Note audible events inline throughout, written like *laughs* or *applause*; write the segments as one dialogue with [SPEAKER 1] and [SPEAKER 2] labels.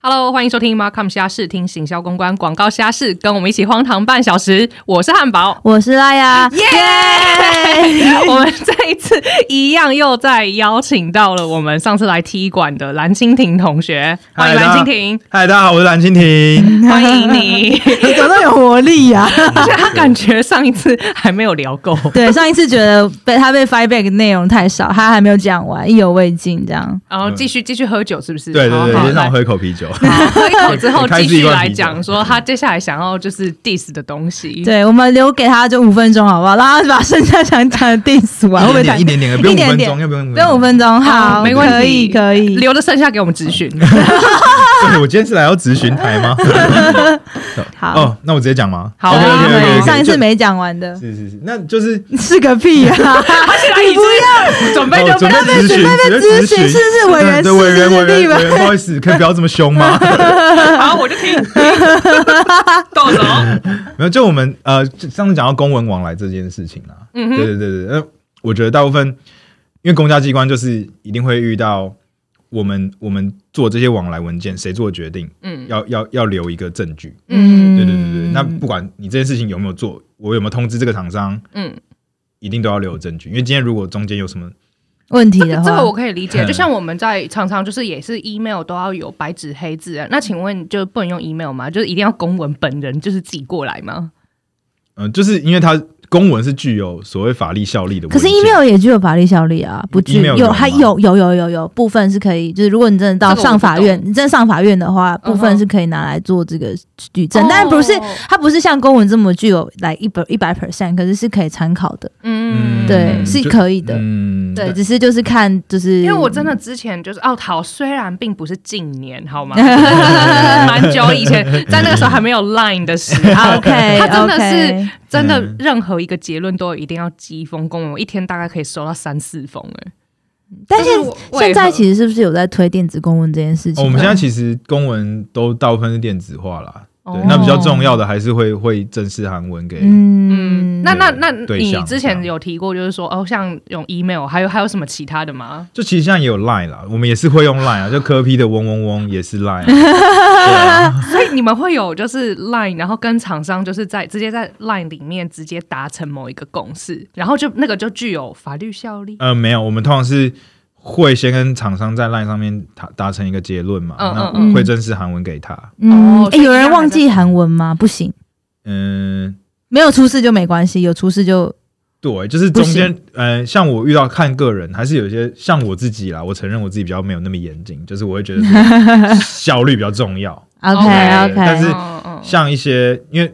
[SPEAKER 1] Hello，欢迎收听 Markham 虾事，听行销公关广告虾事，跟我们一起荒唐半小时。我是汉堡，
[SPEAKER 2] 我是拉雅，
[SPEAKER 1] 耶、我们这一次一样又再邀请到了我们上次来踢馆的蓝蜻蜓同学，欢迎
[SPEAKER 3] 嗨
[SPEAKER 1] 蓝蜻
[SPEAKER 3] 大家
[SPEAKER 1] 蜓，
[SPEAKER 3] 嗨，大家好，我是蓝蜻蜓。
[SPEAKER 1] 欢迎
[SPEAKER 3] *laughs*
[SPEAKER 1] 你。
[SPEAKER 2] 你怎么有活力呀、
[SPEAKER 1] 而且他感觉上一次还没有聊够，
[SPEAKER 2] *laughs* 对，上一次觉得被他被 fight back 内容太少，他还没有讲完，意犹未尽这样。
[SPEAKER 1] 然哦后继续继续喝酒，是不是？
[SPEAKER 3] 对对对，
[SPEAKER 1] 好
[SPEAKER 3] 先让
[SPEAKER 1] 好
[SPEAKER 3] 我喝一口啤酒。
[SPEAKER 1] 好喝一口之后，
[SPEAKER 3] 我 *laughs* 开
[SPEAKER 1] 继
[SPEAKER 3] 自己
[SPEAKER 1] 续
[SPEAKER 3] 罐
[SPEAKER 1] 来
[SPEAKER 3] 啤酒
[SPEAKER 1] 讲说他接下来想要就是 diss 的东西。
[SPEAKER 2] 对，我们留给他就五分钟好不好？让他把剩下想讲的 diss *laughs* 完，会不会
[SPEAKER 3] 一
[SPEAKER 2] 太
[SPEAKER 3] 点一点点，
[SPEAKER 2] 一
[SPEAKER 3] 不用五
[SPEAKER 2] 点
[SPEAKER 3] 分
[SPEAKER 2] 点
[SPEAKER 3] 钟，要不用
[SPEAKER 2] 不用五分钟，
[SPEAKER 3] 哦
[SPEAKER 2] 好，
[SPEAKER 1] 没问
[SPEAKER 2] 可
[SPEAKER 1] 题，
[SPEAKER 2] 以可以。
[SPEAKER 1] 留着剩下给我们咨
[SPEAKER 3] *laughs*
[SPEAKER 1] 询。
[SPEAKER 3] 钟。对我今天是来到咨询台吗？
[SPEAKER 2] 好，
[SPEAKER 3] 哦，那我直接讲吗？
[SPEAKER 1] 好
[SPEAKER 3] OK
[SPEAKER 1] 啊
[SPEAKER 3] OK
[SPEAKER 1] 对
[SPEAKER 3] OK，
[SPEAKER 2] 上一次没讲完的
[SPEAKER 3] 是是是，那就是
[SPEAKER 2] 是个屁 *laughs* 呀、啊！
[SPEAKER 1] 你不要准备
[SPEAKER 3] 哦
[SPEAKER 1] 就
[SPEAKER 3] 准
[SPEAKER 1] 被
[SPEAKER 3] 备咨询，准备
[SPEAKER 2] 咨询是不是委员
[SPEAKER 3] 对
[SPEAKER 2] 是
[SPEAKER 3] 委员
[SPEAKER 2] 是
[SPEAKER 3] 委
[SPEAKER 2] 立
[SPEAKER 3] 员
[SPEAKER 2] 委
[SPEAKER 3] 委员，不好意思，可以不要这么凶吗？
[SPEAKER 1] 好，我就听。豆总，
[SPEAKER 3] 没有，就我们呃，就上次讲到公文往来这件事情啦，
[SPEAKER 1] 嗯哼
[SPEAKER 3] 对对对对，那我觉得大部分因为公家机关就是一定会遇到我们我们做这些往来文件，谁做决定，
[SPEAKER 1] 嗯
[SPEAKER 3] 要要要留一个证据，
[SPEAKER 1] 嗯
[SPEAKER 3] 对对对对，那不管你这件事情有没有做，我有没有通知这个厂商，
[SPEAKER 1] 嗯，
[SPEAKER 3] 一定都要留有证据，因为今天如果中间有什么，
[SPEAKER 2] 问题
[SPEAKER 1] 这
[SPEAKER 2] 的
[SPEAKER 1] 个
[SPEAKER 2] 话，
[SPEAKER 1] 这个我可以理解，
[SPEAKER 3] 嗯
[SPEAKER 1] 就像我们在常常就是也是 email 都要有白纸黑字啊。那请问就不能用 email 吗？就是一定要公文本人就是寄过来吗？
[SPEAKER 3] 嗯、就是因为它公文是具有所谓法律效力的文
[SPEAKER 2] 可
[SPEAKER 3] 件，
[SPEAKER 2] 是 email 也具有法律效力啊，不具
[SPEAKER 3] email 有
[SPEAKER 2] 有
[SPEAKER 3] 吗
[SPEAKER 2] 还有有有有有部分是可以，就是如果你真的到
[SPEAKER 1] 这个我
[SPEAKER 2] 上
[SPEAKER 1] 不懂
[SPEAKER 2] 法院，你真的上法院的话，
[SPEAKER 1] 嗯哼
[SPEAKER 2] 部分是可以拿来做这个举证，但不是
[SPEAKER 1] 哦
[SPEAKER 2] 它不是像公文这么具有来一百一百 percent，可是是可以参考的，
[SPEAKER 1] 嗯，
[SPEAKER 2] 对，
[SPEAKER 3] 嗯
[SPEAKER 2] 是
[SPEAKER 3] 就
[SPEAKER 2] 可以的，
[SPEAKER 3] 嗯，
[SPEAKER 2] 对，只是就是看就是
[SPEAKER 1] 因为我真的之前就是哦，好，虽然并不是近年好
[SPEAKER 2] *laughs*
[SPEAKER 1] 吗？蛮久以前，在那个时候还没有 Line 的时
[SPEAKER 2] *laughs*
[SPEAKER 1] 候
[SPEAKER 2] OK，
[SPEAKER 1] *laughs* 他真的是
[SPEAKER 2] OK
[SPEAKER 1] 真的
[SPEAKER 3] 嗯
[SPEAKER 1] 任何一个结论都一定要寄一封公文，我一天大概可以收到三四封哎、
[SPEAKER 2] 但现
[SPEAKER 1] 就是我
[SPEAKER 2] 现
[SPEAKER 1] 为
[SPEAKER 2] 在
[SPEAKER 1] 何
[SPEAKER 2] 其实是不是有在推电子公文这件事情啊？
[SPEAKER 3] 哦我们现在其实公文都大部分是电子化啦，对，
[SPEAKER 1] 哦
[SPEAKER 3] 那比较重要的还是会会正式韩文给。
[SPEAKER 2] 嗯
[SPEAKER 1] 嗯，，那那那
[SPEAKER 3] 对
[SPEAKER 1] 你
[SPEAKER 3] 象
[SPEAKER 1] 之前有提过，就是说哦，像用 email，还有还有什么其他的 *laughs* 吗？
[SPEAKER 3] 就其实现在也有 Line 啦，我们也是会用 Line 啊，就科批的嗡嗡嗡也是
[SPEAKER 2] *laughs*
[SPEAKER 3] Line，啊对啊
[SPEAKER 1] 所哎以你们会有就是 Line，然后跟厂商就是在直接在 Line 里面直接达成某一个共识，然后就那个就具有法律效力。
[SPEAKER 3] 呃，没有，我们通常是会先跟厂商在 Line 上面达达成一个结论嘛，
[SPEAKER 1] 嗯
[SPEAKER 3] 呃那
[SPEAKER 2] 嗯嗯
[SPEAKER 3] 会正式韩文给他，
[SPEAKER 2] 嗯
[SPEAKER 1] 哦，
[SPEAKER 2] 诶
[SPEAKER 1] 所以
[SPEAKER 2] 有
[SPEAKER 1] 一
[SPEAKER 2] 人
[SPEAKER 1] 样还
[SPEAKER 2] 忘
[SPEAKER 1] 在
[SPEAKER 2] 记韩文吗？不行，
[SPEAKER 3] 嗯，
[SPEAKER 2] 没有出事就没关系，有出事就
[SPEAKER 3] 对，就是中间，呃，像我遇到看个人，还是有一些像我自己啦，我承认我自己比较没有那么严谨，就是我会觉
[SPEAKER 2] *laughs*
[SPEAKER 3] 得说效率比较重要。
[SPEAKER 2] OK OK，
[SPEAKER 3] 但是
[SPEAKER 1] 嗯嗯
[SPEAKER 3] 像一些，因为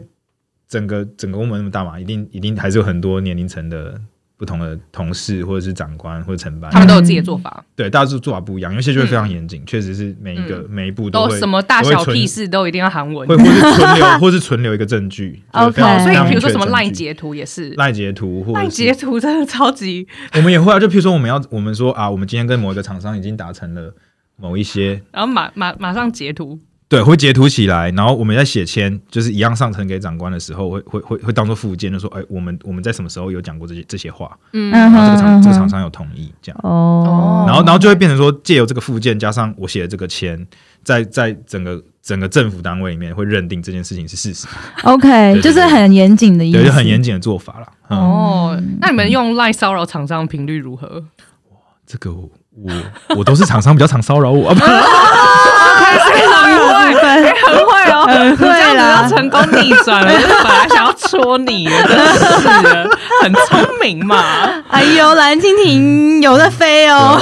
[SPEAKER 3] 整个整个我们那么大嘛，一定一定还是有很多年龄层的不同的同事或者是长官或者承班
[SPEAKER 1] 他，们都有自己的做法，
[SPEAKER 3] 对，大家做做法不一样，有些就会非常严谨，确实是每一个、每一步
[SPEAKER 1] 嗯都
[SPEAKER 3] 会
[SPEAKER 1] 什么大
[SPEAKER 3] 嗯都会
[SPEAKER 1] 小
[SPEAKER 3] 存
[SPEAKER 1] 屁事都一定要韩文。
[SPEAKER 3] 会或是存
[SPEAKER 1] *laughs*
[SPEAKER 3] 留或是存留一个证据。就是非常
[SPEAKER 2] OK
[SPEAKER 1] 所
[SPEAKER 3] 非
[SPEAKER 1] 以
[SPEAKER 3] 常
[SPEAKER 1] 比如说
[SPEAKER 3] 明确
[SPEAKER 1] 什么
[SPEAKER 3] 的
[SPEAKER 1] 烂
[SPEAKER 3] 证据
[SPEAKER 1] 截图也是，
[SPEAKER 3] 赖截图或
[SPEAKER 1] 烂
[SPEAKER 3] 者是
[SPEAKER 1] 截图真的超级
[SPEAKER 3] 我们也会啊，就譬如说我们要，我们说啊，我们今天跟某一个厂商已经达成了某一些，
[SPEAKER 1] 然后马马马上截图，
[SPEAKER 3] 对，会截图起来，然后我们在写签，就是一样上呈给长官的时候，会会会会当做附件，就说，哎、我们我们在什么时候有讲过这些这些话，
[SPEAKER 1] 嗯
[SPEAKER 2] 嗯
[SPEAKER 3] 啊然后这个厂、
[SPEAKER 2] 嗯
[SPEAKER 3] 这个厂商有同意这样，
[SPEAKER 2] 哦，
[SPEAKER 3] 然后然后就会变成说，借由这个附件加上我写的这个签，在在整个整个政府单位里面会认定这件事情是事实，
[SPEAKER 2] OK，
[SPEAKER 3] 对对
[SPEAKER 2] 就是很严谨的意思，
[SPEAKER 3] 对，就很严谨的做法啦。嗯，
[SPEAKER 1] 哦，那你们用赖骚扰厂商的频率如何？
[SPEAKER 3] 这个我我我都是厂商比较常骚扰我，啊、 *laughs* 不
[SPEAKER 1] 非常愉快，哎很会哦，
[SPEAKER 2] 很会
[SPEAKER 1] 你这
[SPEAKER 2] 啦
[SPEAKER 1] 样子就成功逆 *laughs* 转了，就是本来想要戳你的，真是的，很聪明嘛。
[SPEAKER 2] 哎呦，蓝蜻蜓有在飞哦，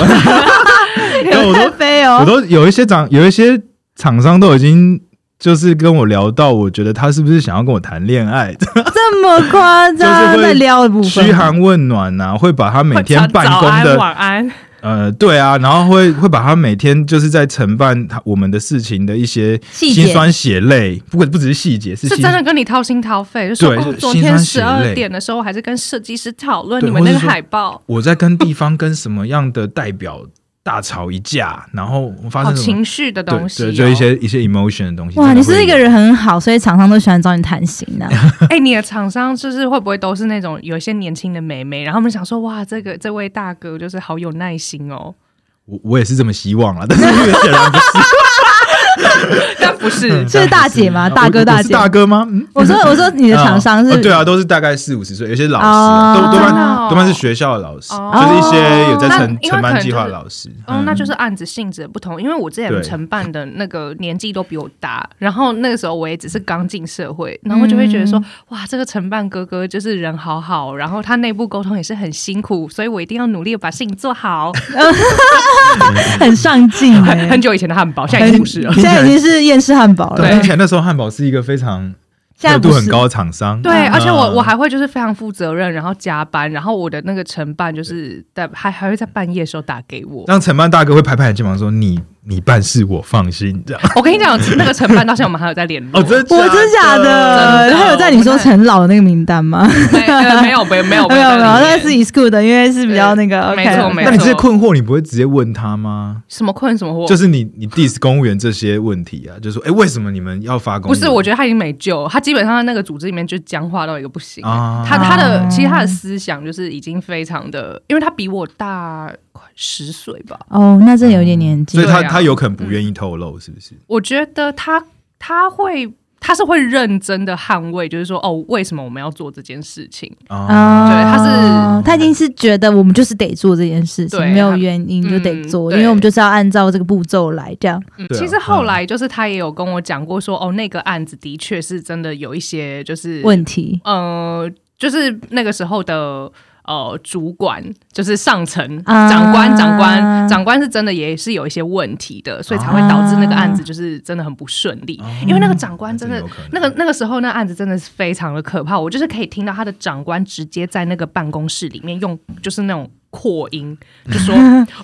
[SPEAKER 3] *laughs*
[SPEAKER 2] 有在飞
[SPEAKER 3] 啊哎我
[SPEAKER 2] 哦，
[SPEAKER 3] 都有一些厂有一些厂商都已经就是跟我聊到，我觉得他是不是想要跟我谈恋爱，
[SPEAKER 2] 这么夸
[SPEAKER 3] 就是
[SPEAKER 2] 张，
[SPEAKER 3] 会
[SPEAKER 2] 在撩的部分
[SPEAKER 3] 嘘，寒问暖呐、会把 *laughs* 他每天办
[SPEAKER 1] 早
[SPEAKER 3] 公
[SPEAKER 1] 安
[SPEAKER 3] 的
[SPEAKER 1] 晚安，
[SPEAKER 3] 呃对啊，然后会会把他每天就是在承办他我们的事情的一些
[SPEAKER 2] 细
[SPEAKER 3] 辛
[SPEAKER 2] 节
[SPEAKER 3] 酸血泪，不过不只是细节，是
[SPEAKER 1] 是
[SPEAKER 3] 心
[SPEAKER 1] 真的跟你掏心掏肺，就说
[SPEAKER 3] 对
[SPEAKER 1] 哦，
[SPEAKER 3] 就
[SPEAKER 1] 昨
[SPEAKER 3] 心
[SPEAKER 1] 天
[SPEAKER 3] 酸
[SPEAKER 1] 十
[SPEAKER 3] 血
[SPEAKER 1] 二
[SPEAKER 3] 泪
[SPEAKER 1] 点的时候，我还是跟设计师讨论
[SPEAKER 3] 对
[SPEAKER 1] 你们那
[SPEAKER 3] 或
[SPEAKER 1] 个
[SPEAKER 3] 是说
[SPEAKER 1] 海报，
[SPEAKER 3] 我在跟地方跟什么样的代表大吵一架，然后发
[SPEAKER 1] 好
[SPEAKER 3] 生什么
[SPEAKER 1] 情绪的
[SPEAKER 3] 对
[SPEAKER 1] 东西哦，
[SPEAKER 3] 对，就一些一些 emotion 的东西。
[SPEAKER 2] 哇，
[SPEAKER 3] 真的
[SPEAKER 2] 你
[SPEAKER 3] 会
[SPEAKER 2] 是一个
[SPEAKER 3] 有
[SPEAKER 2] 人很好，所以厂商都喜欢找你谈心
[SPEAKER 3] *laughs*
[SPEAKER 2] 呐。
[SPEAKER 1] 哎、你的厂商就是会不会都是那种有一些年轻的美眉，然后他们想说，哇，这个这位大哥就是 *laughs* 好有耐心哦。
[SPEAKER 2] *laughs*
[SPEAKER 3] 我我也是这么希望啊，但是显然不是。
[SPEAKER 1] 但不是，
[SPEAKER 2] 这是大姐吗？啊大哥
[SPEAKER 3] 我我
[SPEAKER 2] 大
[SPEAKER 3] 是
[SPEAKER 2] 姐？
[SPEAKER 3] 大哥吗？嗯，
[SPEAKER 2] 我说我说你的厂商
[SPEAKER 3] 嗯
[SPEAKER 2] 是
[SPEAKER 3] 哦对啊，都是大概四五十岁，有些老师
[SPEAKER 2] 哦
[SPEAKER 3] 啊都多
[SPEAKER 1] 真的哦
[SPEAKER 3] 半多半是学校的老师，
[SPEAKER 1] 哦
[SPEAKER 3] 就是一些有在
[SPEAKER 1] 那
[SPEAKER 3] 承
[SPEAKER 1] 因为
[SPEAKER 3] 承
[SPEAKER 1] 可能
[SPEAKER 3] 办
[SPEAKER 1] 就
[SPEAKER 3] 计划
[SPEAKER 1] 是
[SPEAKER 3] 的老师。
[SPEAKER 1] 哦，那
[SPEAKER 3] 嗯
[SPEAKER 1] 就是案子性质不同，因为我之
[SPEAKER 3] 对
[SPEAKER 1] 前承办的那个年纪都比我大，然后那个时候我也只是刚进社会，然后就会觉得说，哇，这个承办哥哥就是人好好，然后他内部沟通也是很辛苦，所以我一定要努力地把事情做好。
[SPEAKER 2] 很上进
[SPEAKER 3] *laughs*
[SPEAKER 2] 欸，
[SPEAKER 1] 很久以前的汉堡，现在已经不是了。
[SPEAKER 2] 现在已经是厌世汉堡了。
[SPEAKER 3] 啊对，
[SPEAKER 1] 对
[SPEAKER 3] 听起来那时候汉堡是一个非常
[SPEAKER 2] 现在
[SPEAKER 3] 热
[SPEAKER 2] 不
[SPEAKER 3] 度
[SPEAKER 2] 是
[SPEAKER 3] 很高的厂商。
[SPEAKER 1] 对，而且我
[SPEAKER 3] 嗯
[SPEAKER 1] 我还会就是非常负责任，然后加班，然后我的那个承办就是在还还会在半夜的时候打给
[SPEAKER 3] *laughs*
[SPEAKER 1] 我。
[SPEAKER 3] 让承办大哥会拍拍你肩膀说：“你你办事我放心。”这样
[SPEAKER 1] 我跟你讲，那个承办 *laughs* 到现在我们还有在联络。
[SPEAKER 3] 哦，真
[SPEAKER 2] 我真假的？
[SPEAKER 1] 真的
[SPEAKER 2] 他有在你说很老的那个名单吗？
[SPEAKER 1] 没呃没有没有没有
[SPEAKER 2] *laughs* 没有没有，那
[SPEAKER 1] 但
[SPEAKER 2] 是 e s c o o 的，因为是比较那个。
[SPEAKER 1] 对
[SPEAKER 2] OK
[SPEAKER 1] 没错没
[SPEAKER 3] 那你这些困惑，你不会直接问他吗？
[SPEAKER 1] 什么困什么惑，
[SPEAKER 3] 就是你你 diss 公务员这些问题啊，就说：“哎，为什么你们要发公务
[SPEAKER 1] 不
[SPEAKER 3] 员？”
[SPEAKER 1] 是，我觉得他已经没救了，他基本上在那个组织里面就僵化到一个不行。
[SPEAKER 3] 啊
[SPEAKER 1] 他他的
[SPEAKER 2] 啊
[SPEAKER 1] 其实他的思想就是已经非常的，因为他比我大快十岁吧，
[SPEAKER 2] 哦，那真的有点年纪
[SPEAKER 3] 所以。他
[SPEAKER 1] 对啊
[SPEAKER 3] 他有可能不愿意透露，是不是？
[SPEAKER 1] 我觉得他他会他是会认真的捍卫，就是说哦，为什么我们要做这件事情？
[SPEAKER 3] 啊，
[SPEAKER 2] 啊，
[SPEAKER 1] 对他是
[SPEAKER 2] 他已经是觉得我们就是得做这件事情，
[SPEAKER 1] 对
[SPEAKER 2] 没有原因就得
[SPEAKER 1] 嗯
[SPEAKER 2] 做，因
[SPEAKER 1] 对
[SPEAKER 2] 为我们就是要按照这个步骤来这样。
[SPEAKER 1] 嗯
[SPEAKER 3] 对啊
[SPEAKER 1] 其实后来就是他也有跟我讲过说，哦，那个案子的确是真的有一些就是
[SPEAKER 2] 问题
[SPEAKER 1] 呃，就是那个时候的呃主管，就是上层
[SPEAKER 2] 啊
[SPEAKER 1] 长官，长官，长官是真的也是有一些问题的，所以才会导致那个案子就是真的很不顺利。因为那个长官真的
[SPEAKER 3] 有可能，
[SPEAKER 1] 那个那个时候那案子真的是非常的可怕，我就是可以听到他的长官直接在那个办公室里面用就是那种。扩音就说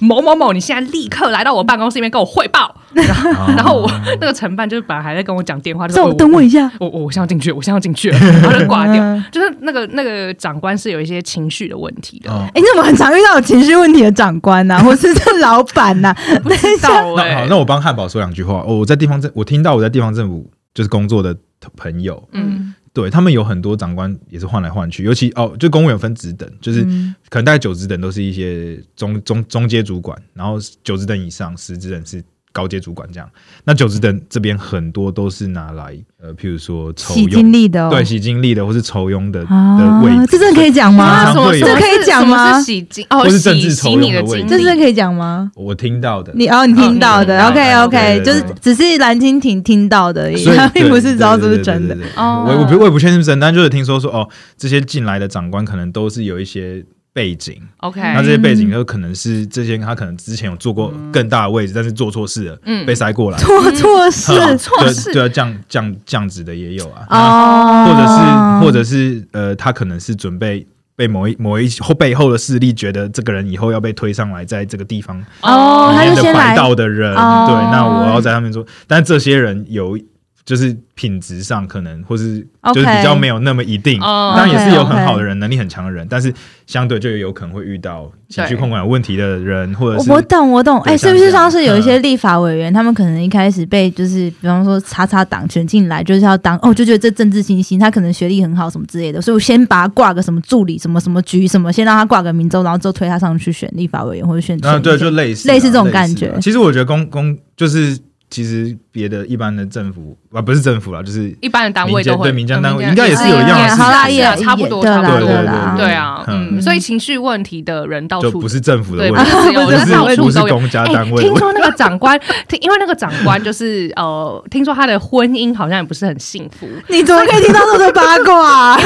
[SPEAKER 1] 某某某，你现在立刻来到我办公室里面跟我汇报。然后，
[SPEAKER 3] 啊
[SPEAKER 1] 然后我 *laughs* 那个承办就是本来还在跟我讲电话，就
[SPEAKER 2] 这
[SPEAKER 1] 说
[SPEAKER 2] 我
[SPEAKER 1] 哦
[SPEAKER 2] 等我一下，
[SPEAKER 1] 我我我想要进去，我想要进去，然后就挂掉。 *laughs* 就是那个那个长官是有一些情绪的问题的，
[SPEAKER 3] 哦
[SPEAKER 2] 哎，你怎么很常遇到有情绪问题的长官
[SPEAKER 1] *laughs*
[SPEAKER 2] 呐，或是这老板啊呐？
[SPEAKER 1] 不知道
[SPEAKER 3] 那好，
[SPEAKER 1] 哎、
[SPEAKER 3] 那我帮汉堡说两句话。哦，我在地方政，我听到我在地方政府就是工作的朋友，
[SPEAKER 1] 嗯，
[SPEAKER 3] 对他们有很多长官也是换来换去，尤其哦，就公务员分职等，就是
[SPEAKER 2] 嗯
[SPEAKER 3] 可能大概九职等都是一些中中中阶主管，然后九职等以上十职等是高阶主管这样。那九职等这边很多都是拿来呃，譬如说抽
[SPEAKER 2] 洗精
[SPEAKER 3] 佣，
[SPEAKER 2] 力的哦，
[SPEAKER 3] 对，洗精力的，或是抽佣的、的位
[SPEAKER 2] 啊，
[SPEAKER 3] 置，
[SPEAKER 2] 这真的可以讲
[SPEAKER 3] 常
[SPEAKER 2] 吗
[SPEAKER 3] 常？
[SPEAKER 1] 嗯啊什么
[SPEAKER 3] 会
[SPEAKER 1] 什么
[SPEAKER 3] 有
[SPEAKER 2] 这可以
[SPEAKER 1] 是
[SPEAKER 2] 讲
[SPEAKER 1] 什么
[SPEAKER 2] 吗
[SPEAKER 1] 是洗金哦，
[SPEAKER 3] 或是政
[SPEAKER 1] 洗
[SPEAKER 3] 治
[SPEAKER 1] 洗
[SPEAKER 3] 酬
[SPEAKER 1] 你
[SPEAKER 3] 庸
[SPEAKER 1] 的
[SPEAKER 3] 的位
[SPEAKER 1] 经
[SPEAKER 3] 置
[SPEAKER 2] 这
[SPEAKER 1] 历
[SPEAKER 2] 真的可以讲吗？
[SPEAKER 3] 我听到的。
[SPEAKER 2] 你哦，你听到
[SPEAKER 1] 哦
[SPEAKER 2] 的
[SPEAKER 1] 你
[SPEAKER 2] ，OK
[SPEAKER 1] 听到的
[SPEAKER 2] OK，
[SPEAKER 3] 对对
[SPEAKER 2] 就是
[SPEAKER 3] 对
[SPEAKER 2] 只是蓝青婷听到的而已，
[SPEAKER 3] 所
[SPEAKER 2] *laughs*
[SPEAKER 3] 以
[SPEAKER 2] 她并
[SPEAKER 3] 对
[SPEAKER 2] 不是知道
[SPEAKER 3] 对
[SPEAKER 2] 是不是
[SPEAKER 3] 对对
[SPEAKER 2] 真
[SPEAKER 3] 对
[SPEAKER 2] 的。
[SPEAKER 3] 对对
[SPEAKER 1] 哦
[SPEAKER 3] 我我不我也不确定是不是真的，但就是听说说哦，这些进来的长官可能都是有一些背景，
[SPEAKER 1] OK，
[SPEAKER 2] 哎
[SPEAKER 3] 那这些背
[SPEAKER 2] 嗯
[SPEAKER 3] 景就可能是这些他可能之前有做过更大的位置，但是做错事了，
[SPEAKER 1] 嗯
[SPEAKER 3] 被塞过来，
[SPEAKER 2] 做错事
[SPEAKER 3] 哼
[SPEAKER 1] 错
[SPEAKER 3] 对
[SPEAKER 1] 事
[SPEAKER 3] 对啊，降降降职的也有啊，
[SPEAKER 2] 哦，
[SPEAKER 3] 或者是或者是呃，他可能是准备。被某一某一后背后的势力觉得这个人以后要被推上来，在这个地方
[SPEAKER 1] 嗯
[SPEAKER 2] 哦他
[SPEAKER 3] 里
[SPEAKER 2] 就
[SPEAKER 3] 面
[SPEAKER 2] 先
[SPEAKER 3] 的
[SPEAKER 2] 来
[SPEAKER 3] 白道的人，
[SPEAKER 2] 哦
[SPEAKER 3] 对，那我要在他们说，但这些人有就是品质上可能或是
[SPEAKER 2] OK
[SPEAKER 3] 就是比较没有那么一定，
[SPEAKER 1] 哦
[SPEAKER 3] 当然也是有
[SPEAKER 2] OK，OK
[SPEAKER 3] 很好的人，能力很强的人，但是相对就有可能会遇到情绪控管有问题的人，或者
[SPEAKER 2] 我
[SPEAKER 3] 是
[SPEAKER 2] 我懂我懂，
[SPEAKER 3] 对
[SPEAKER 2] 哎，是
[SPEAKER 3] 像
[SPEAKER 2] 不是
[SPEAKER 3] 这样
[SPEAKER 2] 像是有一些立法委员，他们可能一开始被就是比方说查查党选进来，就是要当哦，就觉得这政治新星，他可能学历很好什么之类的，所以我先把他挂个什么助理什么什么局什么，先让他挂个民州，然后之后推他上去选立法委员或者选
[SPEAKER 3] 啊，
[SPEAKER 2] 选
[SPEAKER 3] 对，就类似啊
[SPEAKER 2] 类似这种
[SPEAKER 3] 啊
[SPEAKER 2] 感觉
[SPEAKER 3] 其实我觉得公公就是其实别的一般的政府啊，不是政府啦，就是
[SPEAKER 1] 一般的单位
[SPEAKER 3] 民间
[SPEAKER 1] 都会
[SPEAKER 3] 对民间
[SPEAKER 1] 嗯
[SPEAKER 3] 单位
[SPEAKER 1] 民
[SPEAKER 3] 应该也是有一样的
[SPEAKER 1] 哎呀
[SPEAKER 3] 事情
[SPEAKER 1] 好啦
[SPEAKER 3] 是
[SPEAKER 1] 也
[SPEAKER 2] 啊
[SPEAKER 1] 差不多
[SPEAKER 2] 也
[SPEAKER 1] 差不多
[SPEAKER 3] 对对对
[SPEAKER 1] 对啊，
[SPEAKER 3] 嗯
[SPEAKER 1] 嗯，所以情绪问题的人到
[SPEAKER 3] 就
[SPEAKER 1] 处
[SPEAKER 3] 不是政府的
[SPEAKER 1] 对，
[SPEAKER 3] 问
[SPEAKER 1] 不
[SPEAKER 3] 题，
[SPEAKER 1] 是有
[SPEAKER 2] 不是
[SPEAKER 1] 人到
[SPEAKER 3] 不是
[SPEAKER 1] 处
[SPEAKER 3] 不是
[SPEAKER 1] 都有。
[SPEAKER 3] 公家
[SPEAKER 1] 哎，
[SPEAKER 3] 单位的
[SPEAKER 1] 听
[SPEAKER 3] 问题。 *laughs*
[SPEAKER 1] 说那个长官，听因为那个长官就是呃，听说他的婚姻好像也不是很幸福，
[SPEAKER 2] 你怎么可以听到这么多八卦、啊？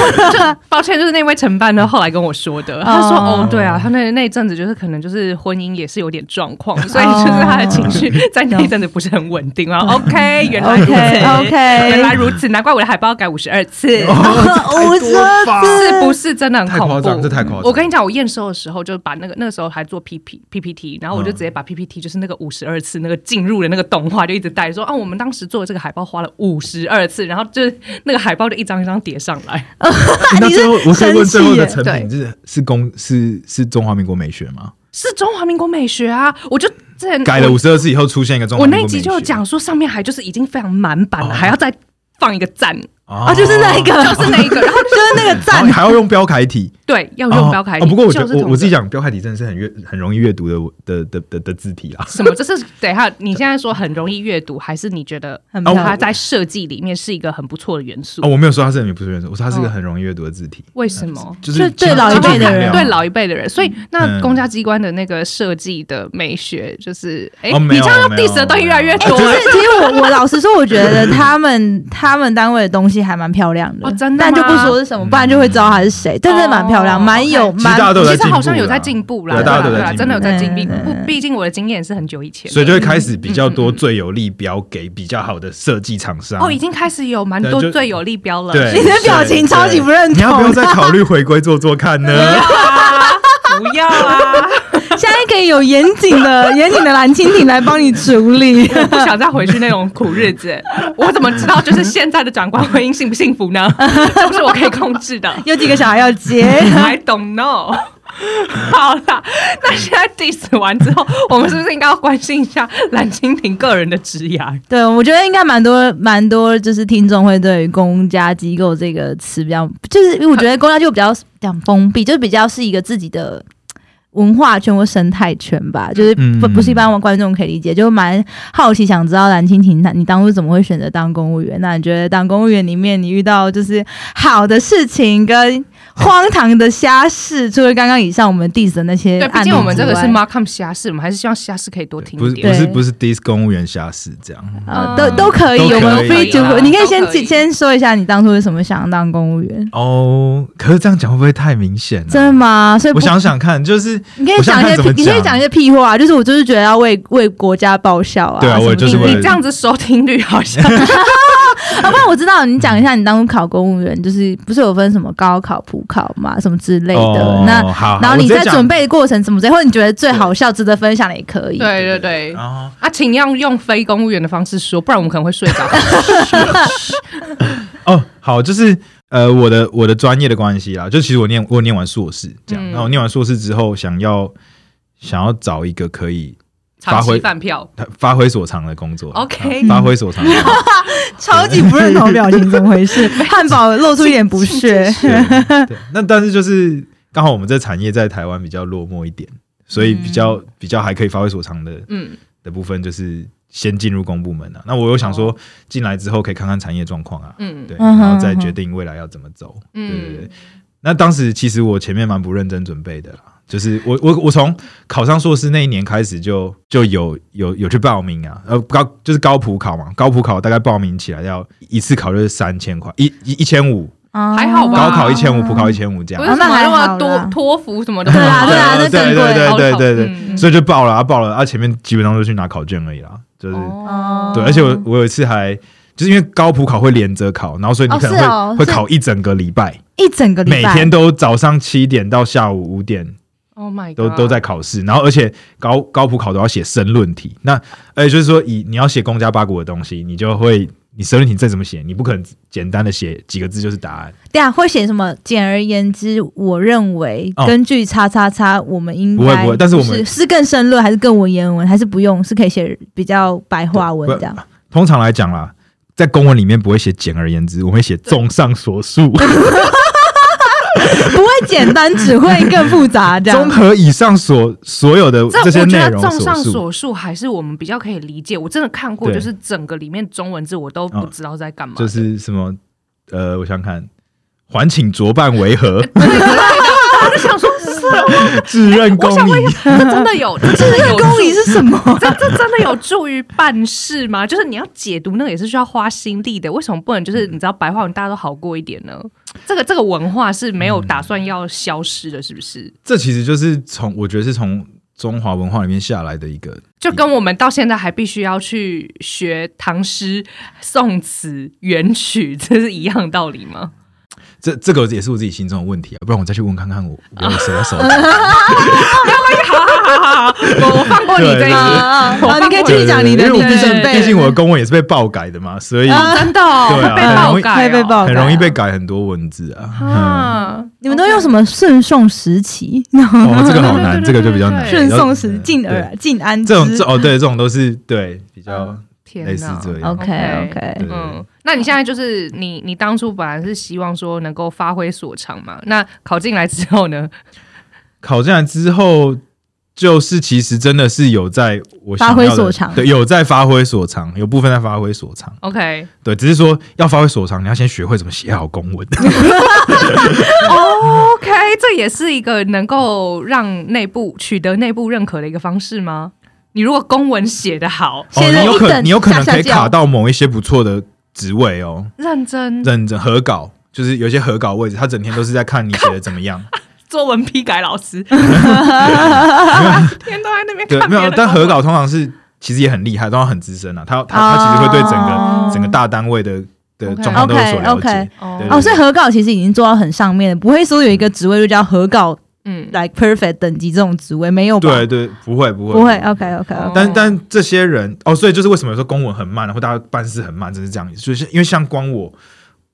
[SPEAKER 1] 抱歉，就是那位承办呢，后来跟我说的，他说：“
[SPEAKER 2] 哦
[SPEAKER 1] 哦，对啊，他那那一阵子就是可能就是婚姻也是有点状况，
[SPEAKER 3] 哦
[SPEAKER 1] 所以就是他的情绪在那一阵子不是很稳定啊。”OK，原
[SPEAKER 3] 哦
[SPEAKER 1] 来如此
[SPEAKER 2] OK，OK
[SPEAKER 1] 原来如此，难怪我的海报要改五十二次，
[SPEAKER 2] 我说
[SPEAKER 1] 是不是真的很
[SPEAKER 3] 哦太
[SPEAKER 1] 恐
[SPEAKER 3] 夸
[SPEAKER 1] 怖
[SPEAKER 3] 张，？这太夸张。
[SPEAKER 1] 我跟你讲，我验收的时候就把那个那个时候还做 P P P P T，然后我就
[SPEAKER 3] 嗯
[SPEAKER 1] 直接把 P P T 就是那个五十二次那个进入的那个动画就一直带说啊，我们当时做这个海报花了五十二次，然后就是那个海报就一张一张叠上来。
[SPEAKER 3] *laughs* 哎那最后我可以问最后的
[SPEAKER 1] 生
[SPEAKER 3] 成
[SPEAKER 1] 气耶
[SPEAKER 3] 品是是公是是中华民国美学吗？
[SPEAKER 1] 是中华民国美学啊！我就之前
[SPEAKER 3] 改了
[SPEAKER 1] 我
[SPEAKER 3] 五十二次以后出现一个中华
[SPEAKER 1] 我
[SPEAKER 3] 民国
[SPEAKER 1] 那
[SPEAKER 3] 美
[SPEAKER 1] 一
[SPEAKER 3] 学。
[SPEAKER 1] 集就有讲说，上面还就是已经非常满版了，
[SPEAKER 3] 哦 *laughs*
[SPEAKER 1] 还要再放一个赞。
[SPEAKER 2] 啊，就是
[SPEAKER 1] *laughs*
[SPEAKER 2] 那一个，
[SPEAKER 1] 就是那一个，然后
[SPEAKER 2] 就是那个
[SPEAKER 3] 然
[SPEAKER 2] 赞
[SPEAKER 3] 后，哦还要用标楷体，
[SPEAKER 1] 对要用标楷体、
[SPEAKER 3] 哦。哦不过我觉
[SPEAKER 1] 就是
[SPEAKER 3] 得
[SPEAKER 1] 同
[SPEAKER 3] 我我自己
[SPEAKER 1] 个
[SPEAKER 3] 讲标楷体真的是很阅很容易阅读的的的的的字体啦。啊
[SPEAKER 1] 什么，这是等一下，你现在说很容易阅读，还是你觉得嗯
[SPEAKER 2] 很漂亮
[SPEAKER 1] 它在设计里面是一个很不错的元素？
[SPEAKER 3] *laughs* 哦，我没有说它是很不是原我说它是一个
[SPEAKER 1] 哦
[SPEAKER 3] 很容易阅读的字体，
[SPEAKER 1] 为什么？
[SPEAKER 3] 就
[SPEAKER 2] 就是对老一辈的人
[SPEAKER 1] 对老一辈的人，所以那
[SPEAKER 3] 嗯
[SPEAKER 1] 公家机关的那个设计的美学，就是哎、
[SPEAKER 3] 哦没
[SPEAKER 1] 你
[SPEAKER 3] 有
[SPEAKER 1] 这样要
[SPEAKER 3] 没有
[SPEAKER 1] diss 的东西越来越
[SPEAKER 2] 哎、
[SPEAKER 1] 多
[SPEAKER 2] 就
[SPEAKER 1] 了。
[SPEAKER 2] 是其实我我老实说，我觉得他们 *coughs* 他们单位的东西还蛮漂亮的，
[SPEAKER 1] 哦真的
[SPEAKER 2] 但就不
[SPEAKER 1] 吗
[SPEAKER 2] 说是什么，不然就会知道它是谁，真的蛮漂亮，
[SPEAKER 1] 哦
[SPEAKER 2] 蛮有
[SPEAKER 1] OK
[SPEAKER 3] 其实大
[SPEAKER 2] 蛮
[SPEAKER 3] 家都有
[SPEAKER 1] 其
[SPEAKER 3] 在
[SPEAKER 1] 实
[SPEAKER 3] 进步
[SPEAKER 1] 好像有
[SPEAKER 3] 啦
[SPEAKER 1] 在进步啦，
[SPEAKER 3] 对大家都有
[SPEAKER 1] 对
[SPEAKER 3] 在
[SPEAKER 1] 啦
[SPEAKER 3] 进步
[SPEAKER 1] 真的有
[SPEAKER 2] 嗯
[SPEAKER 1] 在进步
[SPEAKER 2] 对。
[SPEAKER 1] 不，毕竟我的经验是很久以前了，
[SPEAKER 3] 所以就会开始比较多最有利标给比较好的设计厂商。
[SPEAKER 1] 哦，已经开始有蛮多
[SPEAKER 3] 对就
[SPEAKER 1] 最有利标了。
[SPEAKER 3] 对，
[SPEAKER 1] *laughs*
[SPEAKER 2] 你的表情
[SPEAKER 3] 对
[SPEAKER 2] 超级不认同
[SPEAKER 3] 你要不要再考虑回归做做
[SPEAKER 1] *laughs*
[SPEAKER 3] 看呢？
[SPEAKER 1] 不要啊！
[SPEAKER 2] 现在可以有严谨的严谨的蓝蜻蜓来帮你处理。
[SPEAKER 1] 我不想再回去那种苦日
[SPEAKER 2] *laughs*
[SPEAKER 1] 子。我怎么知道就是现在的长官婚姻幸不幸福
[SPEAKER 2] *laughs*
[SPEAKER 1] 呢？这不是我可以控制的。
[SPEAKER 2] 有几个小孩要接，
[SPEAKER 1] I don't
[SPEAKER 3] *laughs*
[SPEAKER 1] know。好啦，那现在 diss 完之后，我们是不是应该要关心一下蓝蜻蜓个人的职涯？
[SPEAKER 2] 对我觉得应该蛮多蛮多，就是听众会对于公家机构这个词比较，就是因为我觉得公家机构比较讲封闭，就是比较是一个自己的。文化圈或生态圈吧，就是不
[SPEAKER 3] 嗯
[SPEAKER 2] 不是一般观众可以理解，就蛮好奇想知道蓝蜻蜓，那你当初怎么会选择当公务员？那你觉得当公务员里面，你遇到就是好的事情跟荒唐的瞎事，除了刚刚以上我们 diss 的那些
[SPEAKER 1] 对，
[SPEAKER 2] 案例
[SPEAKER 1] 毕
[SPEAKER 2] 之
[SPEAKER 1] 竟
[SPEAKER 2] 外，
[SPEAKER 1] 我们这个是 Markham 虾事，我们还是希望虾事可以多听
[SPEAKER 3] 不
[SPEAKER 1] 一
[SPEAKER 3] 是
[SPEAKER 1] 点。
[SPEAKER 3] 不是
[SPEAKER 2] 对
[SPEAKER 3] 不是 dis 公务员瑕疵这样，
[SPEAKER 2] 呃，
[SPEAKER 1] 嗯
[SPEAKER 2] 都都可以，
[SPEAKER 3] 都
[SPEAKER 2] 我们
[SPEAKER 3] 可
[SPEAKER 2] free
[SPEAKER 3] 以
[SPEAKER 2] to，
[SPEAKER 1] 啦
[SPEAKER 2] 你可以先
[SPEAKER 1] 都可以
[SPEAKER 2] 先说一下你当初为什么想当公务员，
[SPEAKER 3] 哦，可是这样讲会不会太明显
[SPEAKER 2] 真的
[SPEAKER 3] 了？
[SPEAKER 2] 吗？所以不
[SPEAKER 3] 嗯我，想想看，就是
[SPEAKER 2] 你可以
[SPEAKER 3] 我想
[SPEAKER 2] 讲一些
[SPEAKER 3] 看怎么
[SPEAKER 2] 屁，你可以
[SPEAKER 3] 讲
[SPEAKER 2] 讲一些屁话，就是我就是觉得要为为国家报效啊，
[SPEAKER 3] 对啊
[SPEAKER 2] 什么
[SPEAKER 3] 我也就是
[SPEAKER 2] 之类
[SPEAKER 1] 你
[SPEAKER 3] 为
[SPEAKER 2] 的
[SPEAKER 1] 这样子收听率好 *laughs* 像
[SPEAKER 2] 啊，不然我知道你讲一下你当初考公务员，就是不是有分什么高考、普考嘛，什么之类的
[SPEAKER 3] 哦，
[SPEAKER 2] 那。
[SPEAKER 3] 好，
[SPEAKER 2] 然后你在准
[SPEAKER 3] 备
[SPEAKER 2] 备的过程怎么之类，或者你觉得最好笑、值得分享的也可以。
[SPEAKER 1] 对对对
[SPEAKER 3] 哦，
[SPEAKER 1] 啊，请要用非公务员的方式说，不然我们可能会睡
[SPEAKER 3] *laughs*
[SPEAKER 1] 着。
[SPEAKER 3] 哦，好，就是呃，我的我的专业的关系啦，就其实我念我念完硕士这样，
[SPEAKER 1] 嗯
[SPEAKER 3] 然后念完硕士之后，想要想要找一个可以
[SPEAKER 1] 长
[SPEAKER 3] 发
[SPEAKER 1] 期
[SPEAKER 3] 挥
[SPEAKER 1] 饭票，
[SPEAKER 3] 发挥所长的工作
[SPEAKER 1] OK
[SPEAKER 3] 啊发挥所长的工
[SPEAKER 2] *laughs*
[SPEAKER 3] 作
[SPEAKER 2] 超级不认同表情，怎么回 *laughs* 事？汉堡露出一点不 *laughs* 屑。
[SPEAKER 3] 对对那但是就是刚好我们这产业在台湾比较落寞一点，所以比较、比较还可以发挥所长的
[SPEAKER 1] 嗯，
[SPEAKER 3] 的部分就是。先进入公部门啊，那我又想说进来之后可以看看产业状况啊，
[SPEAKER 1] 嗯
[SPEAKER 3] 对，
[SPEAKER 2] 哦嗯哼
[SPEAKER 3] 然后再
[SPEAKER 2] 嗯哼
[SPEAKER 3] 决定未来要怎么走，对对对
[SPEAKER 1] 嗯。，
[SPEAKER 3] 那当时其实我前面蛮不认真准备的啦，就是我我我从考上硕士那一年开始就就有有有去报名啊，呃高就是高普考嘛，高普考大概报名起来要一次考就是三千块，一一一千五，
[SPEAKER 2] 嗯
[SPEAKER 1] 还好吧
[SPEAKER 3] 高考一千五，普考一千五这
[SPEAKER 1] 不
[SPEAKER 3] 样
[SPEAKER 1] 是。
[SPEAKER 2] 啊
[SPEAKER 1] 什
[SPEAKER 2] 那
[SPEAKER 1] 么
[SPEAKER 2] 还
[SPEAKER 1] 那
[SPEAKER 2] 好
[SPEAKER 1] 么
[SPEAKER 2] 啦
[SPEAKER 1] 多托福什么的，
[SPEAKER 2] 对啊
[SPEAKER 1] *laughs*
[SPEAKER 2] 对啊那
[SPEAKER 3] 对
[SPEAKER 2] 更
[SPEAKER 3] 对
[SPEAKER 2] 贵
[SPEAKER 3] 对对对对
[SPEAKER 1] 嗯嗯
[SPEAKER 3] 对，所以就报了啊，报了啊，前面基本上都去拿考卷而已啦，就是
[SPEAKER 2] 哦
[SPEAKER 3] 对，而且我我有一次还就是因为高普考会连着考，然后所以你
[SPEAKER 2] 哦
[SPEAKER 3] 可能
[SPEAKER 2] 是哦
[SPEAKER 3] 会会
[SPEAKER 2] 是
[SPEAKER 3] 考一整个礼拜，
[SPEAKER 2] 一整个礼
[SPEAKER 3] 每
[SPEAKER 2] 拜，
[SPEAKER 3] 天都早上七点到下午五点，
[SPEAKER 1] Oh my god，
[SPEAKER 3] 都都在考试，然后而且高高普考都要写申论题，那而且就是说以你要写公家八股的东西，你就会你申论题再怎么写，你不可能简单的写几个字就是答案，
[SPEAKER 2] 对啊，会写什么？简而言之，我认为、
[SPEAKER 3] 哦
[SPEAKER 2] 根据叉叉叉，我们应该
[SPEAKER 3] 不会不会但是我们
[SPEAKER 2] 是是更深论还是更文言文，还是不用？是可以写比较白话文
[SPEAKER 3] 不
[SPEAKER 2] 这样。
[SPEAKER 3] 通常来讲啦，在公文里面不会写简而言之，我们会写综上所述，
[SPEAKER 2] 不会简单，只会更复杂 *laughs*
[SPEAKER 3] *laughs*
[SPEAKER 2] 这
[SPEAKER 3] 综
[SPEAKER 2] *laughs* 样。
[SPEAKER 3] 合以上所所有的
[SPEAKER 1] 这
[SPEAKER 3] 些
[SPEAKER 1] 我觉
[SPEAKER 3] 内
[SPEAKER 1] 得
[SPEAKER 3] 容
[SPEAKER 1] 综上
[SPEAKER 3] 述。
[SPEAKER 1] 所述还是我们比较可以理解。我真的看过，
[SPEAKER 3] 对嗯
[SPEAKER 1] 就是整个里面中文字我都不知道在干嘛的，
[SPEAKER 3] 就是什么呃，我想想看，还请酌办为
[SPEAKER 1] *laughs*
[SPEAKER 3] 何，
[SPEAKER 1] *laughs* 我就想说，是啊
[SPEAKER 3] 自认公
[SPEAKER 1] 我想问
[SPEAKER 3] 理
[SPEAKER 1] 一。下，这真的有，这真的有
[SPEAKER 2] 公理
[SPEAKER 1] 助。
[SPEAKER 2] 是什
[SPEAKER 3] *laughs*
[SPEAKER 2] 么？
[SPEAKER 1] *laughs* 这这真的有助于办事吗？就是你要解读那个也是需要花心力的，为什么不能就是你知道白话文大家都好过一点呢？这个这个文化是没有打算要消失的，是不是？
[SPEAKER 3] 这其实就是从我觉得是从中华文化里面下来的一个
[SPEAKER 1] 就跟我们到现在还必须要去学唐诗、宋词、元曲，这是一样道理吗？
[SPEAKER 3] 这这个也是我自己心中的问题啊，不然我再去问看看我我有谁要手机。
[SPEAKER 1] 我我放过你这一
[SPEAKER 3] 对
[SPEAKER 1] 题，*laughs*
[SPEAKER 2] 啊
[SPEAKER 1] 我
[SPEAKER 2] 好，你可以继续讲你的，
[SPEAKER 3] 因为
[SPEAKER 2] 你的
[SPEAKER 3] 我毕
[SPEAKER 2] 准
[SPEAKER 3] 竟
[SPEAKER 2] 备。
[SPEAKER 3] 毕竟我的公文也是被爆改的嘛，所以
[SPEAKER 2] 啊
[SPEAKER 1] 真的哦
[SPEAKER 3] 对啊
[SPEAKER 1] 会被爆改哦，
[SPEAKER 2] 很容易会被爆
[SPEAKER 3] 很容易被改很多文字啊。
[SPEAKER 1] 啊！
[SPEAKER 2] 你们都用什么顺送时 *laughs* 期？
[SPEAKER 3] 嗯哦，这个好
[SPEAKER 1] *laughs* 对对
[SPEAKER 3] 难，
[SPEAKER 1] 对
[SPEAKER 3] 这个就比较难。
[SPEAKER 1] 对
[SPEAKER 2] 顺送时
[SPEAKER 3] 要
[SPEAKER 2] 进而
[SPEAKER 3] 对
[SPEAKER 2] 进安之
[SPEAKER 3] 这种这哦对，这种都是对比较
[SPEAKER 1] 啊天
[SPEAKER 3] 类似
[SPEAKER 1] 哪
[SPEAKER 3] 这样
[SPEAKER 2] OK OK，
[SPEAKER 3] 对
[SPEAKER 1] 嗯，那你现在就是你，你当初本来是希望说能够发挥所长嘛？那考进来之后呢？
[SPEAKER 3] 考进来之后，就是其实真的是有在我想
[SPEAKER 2] 发挥
[SPEAKER 3] 要的
[SPEAKER 2] 所长
[SPEAKER 3] 对，有在发挥所长，有部分在发挥所长，
[SPEAKER 1] OK，
[SPEAKER 3] 对，只是说要发挥所长，你要先学会怎么写好公
[SPEAKER 2] *laughs*
[SPEAKER 3] 文。
[SPEAKER 1] 哦 OK，这也是一个能够让内部取得内部认可的一个方式吗？你如果公文写得好，
[SPEAKER 3] 哦，
[SPEAKER 2] 现在
[SPEAKER 3] 你有
[SPEAKER 2] 一
[SPEAKER 3] 可
[SPEAKER 2] 等
[SPEAKER 3] 你有可能
[SPEAKER 2] 下下嗯
[SPEAKER 3] 可以
[SPEAKER 2] 教
[SPEAKER 3] 卡到某一些不错的职位哦，
[SPEAKER 1] 认真
[SPEAKER 3] 认真核稿。就是有些核稿位置，他整天都是在看你写的怎
[SPEAKER 2] *laughs*
[SPEAKER 3] 么样。
[SPEAKER 1] 作文批改老
[SPEAKER 3] *laughs*
[SPEAKER 1] 师， *laughs* 天都在那边
[SPEAKER 3] 对，
[SPEAKER 1] 看
[SPEAKER 3] 没
[SPEAKER 1] 别
[SPEAKER 3] 有，
[SPEAKER 1] 人
[SPEAKER 3] 但
[SPEAKER 1] 公文
[SPEAKER 3] 核稿通常是其实也很厉害，通常很资深啊。他他他其实会对整个
[SPEAKER 2] 哦
[SPEAKER 3] 整个大单位的的
[SPEAKER 1] OK
[SPEAKER 3] 状况都有所了
[SPEAKER 2] OK，OK
[SPEAKER 3] 解。
[SPEAKER 1] 哦
[SPEAKER 3] 对
[SPEAKER 2] 哦，所以核稿其实已经做到很上面了，不会说有一个职位就叫核稿
[SPEAKER 1] 嗯
[SPEAKER 2] like perfect 等级这种职位没有吧？
[SPEAKER 3] 对对，不会不会
[SPEAKER 2] 不会。OK OK
[SPEAKER 1] 哦
[SPEAKER 2] OK，
[SPEAKER 3] 但但这些人哦，所以就是为什么说公文很慢，然后大家办事很慢，就是这样。就是因为像光我，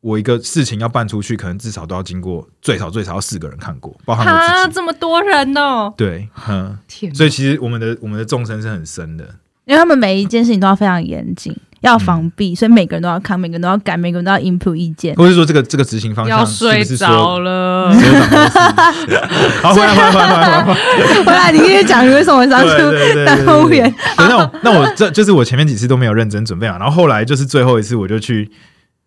[SPEAKER 3] 我一个事情要办出去，可能至少都要经过最少最少要四个人看过，包含我
[SPEAKER 1] 哈，
[SPEAKER 3] 自己。
[SPEAKER 1] 这么多人哦，
[SPEAKER 3] 对，嗯，
[SPEAKER 1] 天哪，
[SPEAKER 3] 所以其实我们的我们的纵深是很深的，
[SPEAKER 2] 因为他们每一件事情都要非常严谨，要防弊，所以每个人都要看，每个人都要改，每个人都要 input 意
[SPEAKER 3] *laughs*
[SPEAKER 2] 见。
[SPEAKER 3] 或者说这个这个执行方
[SPEAKER 1] 要
[SPEAKER 3] 向是
[SPEAKER 1] 睡
[SPEAKER 3] 不是
[SPEAKER 1] 着
[SPEAKER 3] 说？
[SPEAKER 1] 了。
[SPEAKER 3] 所有长官都是好，回来回来回来回来回来。
[SPEAKER 2] 回来你可以讲你为什么当
[SPEAKER 3] 对对
[SPEAKER 2] 初
[SPEAKER 3] 对
[SPEAKER 2] 当公务员，
[SPEAKER 3] *laughs* 对，那我那我这就是我前面几次都没有认真准备嘛，然后后来就是最后一次我就去，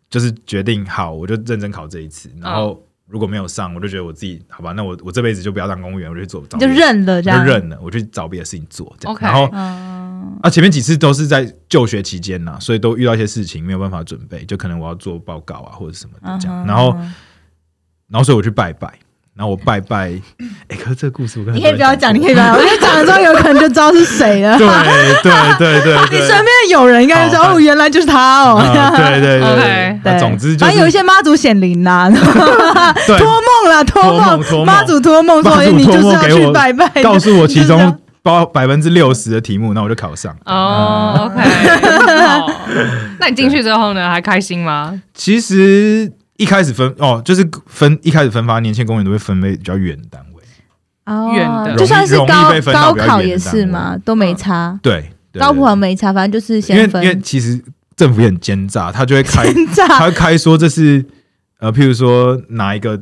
[SPEAKER 3] 就是决定好，我就认真考这一次，然
[SPEAKER 2] 嗯
[SPEAKER 3] 后如果没有上，我就觉得我自己好吧，那我我这辈子就不要当公务员，我就去做，找
[SPEAKER 2] 你就
[SPEAKER 3] 别的
[SPEAKER 2] 认了这
[SPEAKER 3] 我就
[SPEAKER 2] 样。
[SPEAKER 3] 认了，我去找别的事情做。这样
[SPEAKER 1] OK
[SPEAKER 3] 然后
[SPEAKER 2] 嗯，
[SPEAKER 3] 啊，前面几次都是在就学期间呐，所以都遇到一些事情没有办法准备，就可能我要做报告啊或者什么的这
[SPEAKER 2] 嗯
[SPEAKER 3] 样，然后然后所以我去拜拜。然后我拜拜， *laughs* 哎、可是这个故事我跟
[SPEAKER 2] 你
[SPEAKER 3] 很
[SPEAKER 2] 可以
[SPEAKER 3] 多人
[SPEAKER 2] 不要讲，你可以不
[SPEAKER 3] *laughs*
[SPEAKER 2] 要讲，我觉得讲了之后有可能就知道是谁了。
[SPEAKER 3] 对对对对
[SPEAKER 2] *laughs* 你
[SPEAKER 3] 对，
[SPEAKER 2] 身边的友人应该就说
[SPEAKER 3] 好
[SPEAKER 2] 哦，原来就是他哦。 *laughs*
[SPEAKER 3] 啊对对对
[SPEAKER 1] OK
[SPEAKER 3] 对，那总之就
[SPEAKER 2] 反
[SPEAKER 3] 是
[SPEAKER 2] 正有一些妈祖显灵啦，
[SPEAKER 3] 对
[SPEAKER 2] 托梦啦，托
[SPEAKER 3] 托梦托
[SPEAKER 2] 梦，
[SPEAKER 3] 梦
[SPEAKER 2] 妈祖托梦说
[SPEAKER 3] 妈祖
[SPEAKER 2] 哎你就是
[SPEAKER 3] 托
[SPEAKER 2] 要
[SPEAKER 3] 梦给我
[SPEAKER 2] 去拜拜的，
[SPEAKER 3] *laughs* 告诉我其
[SPEAKER 2] 你 *laughs* 就是
[SPEAKER 3] 中包百分之六十的题目，那我就考上。嗯
[SPEAKER 1] 哦，OK，好那你进去之后呢，还开心吗？
[SPEAKER 3] 其实一开始分哦，就是分一开始分发年轻公务员都会分配比较远的单位，
[SPEAKER 2] 哦
[SPEAKER 1] 远的
[SPEAKER 2] 就算是
[SPEAKER 3] 容易
[SPEAKER 2] 高
[SPEAKER 3] 容易被分
[SPEAKER 2] 高
[SPEAKER 3] 到比较
[SPEAKER 2] 考
[SPEAKER 3] 远的
[SPEAKER 2] 也是嘛，都没差，
[SPEAKER 3] 对，对
[SPEAKER 2] 高普好像
[SPEAKER 3] 对
[SPEAKER 2] 没差，反正就是
[SPEAKER 3] 对因
[SPEAKER 2] 先
[SPEAKER 3] 为
[SPEAKER 2] 分
[SPEAKER 3] 因为其实政府也很奸诈，他就
[SPEAKER 2] *laughs*
[SPEAKER 3] 会开
[SPEAKER 2] 奸诈。
[SPEAKER 3] 他会开说这是呃，譬如说哪一个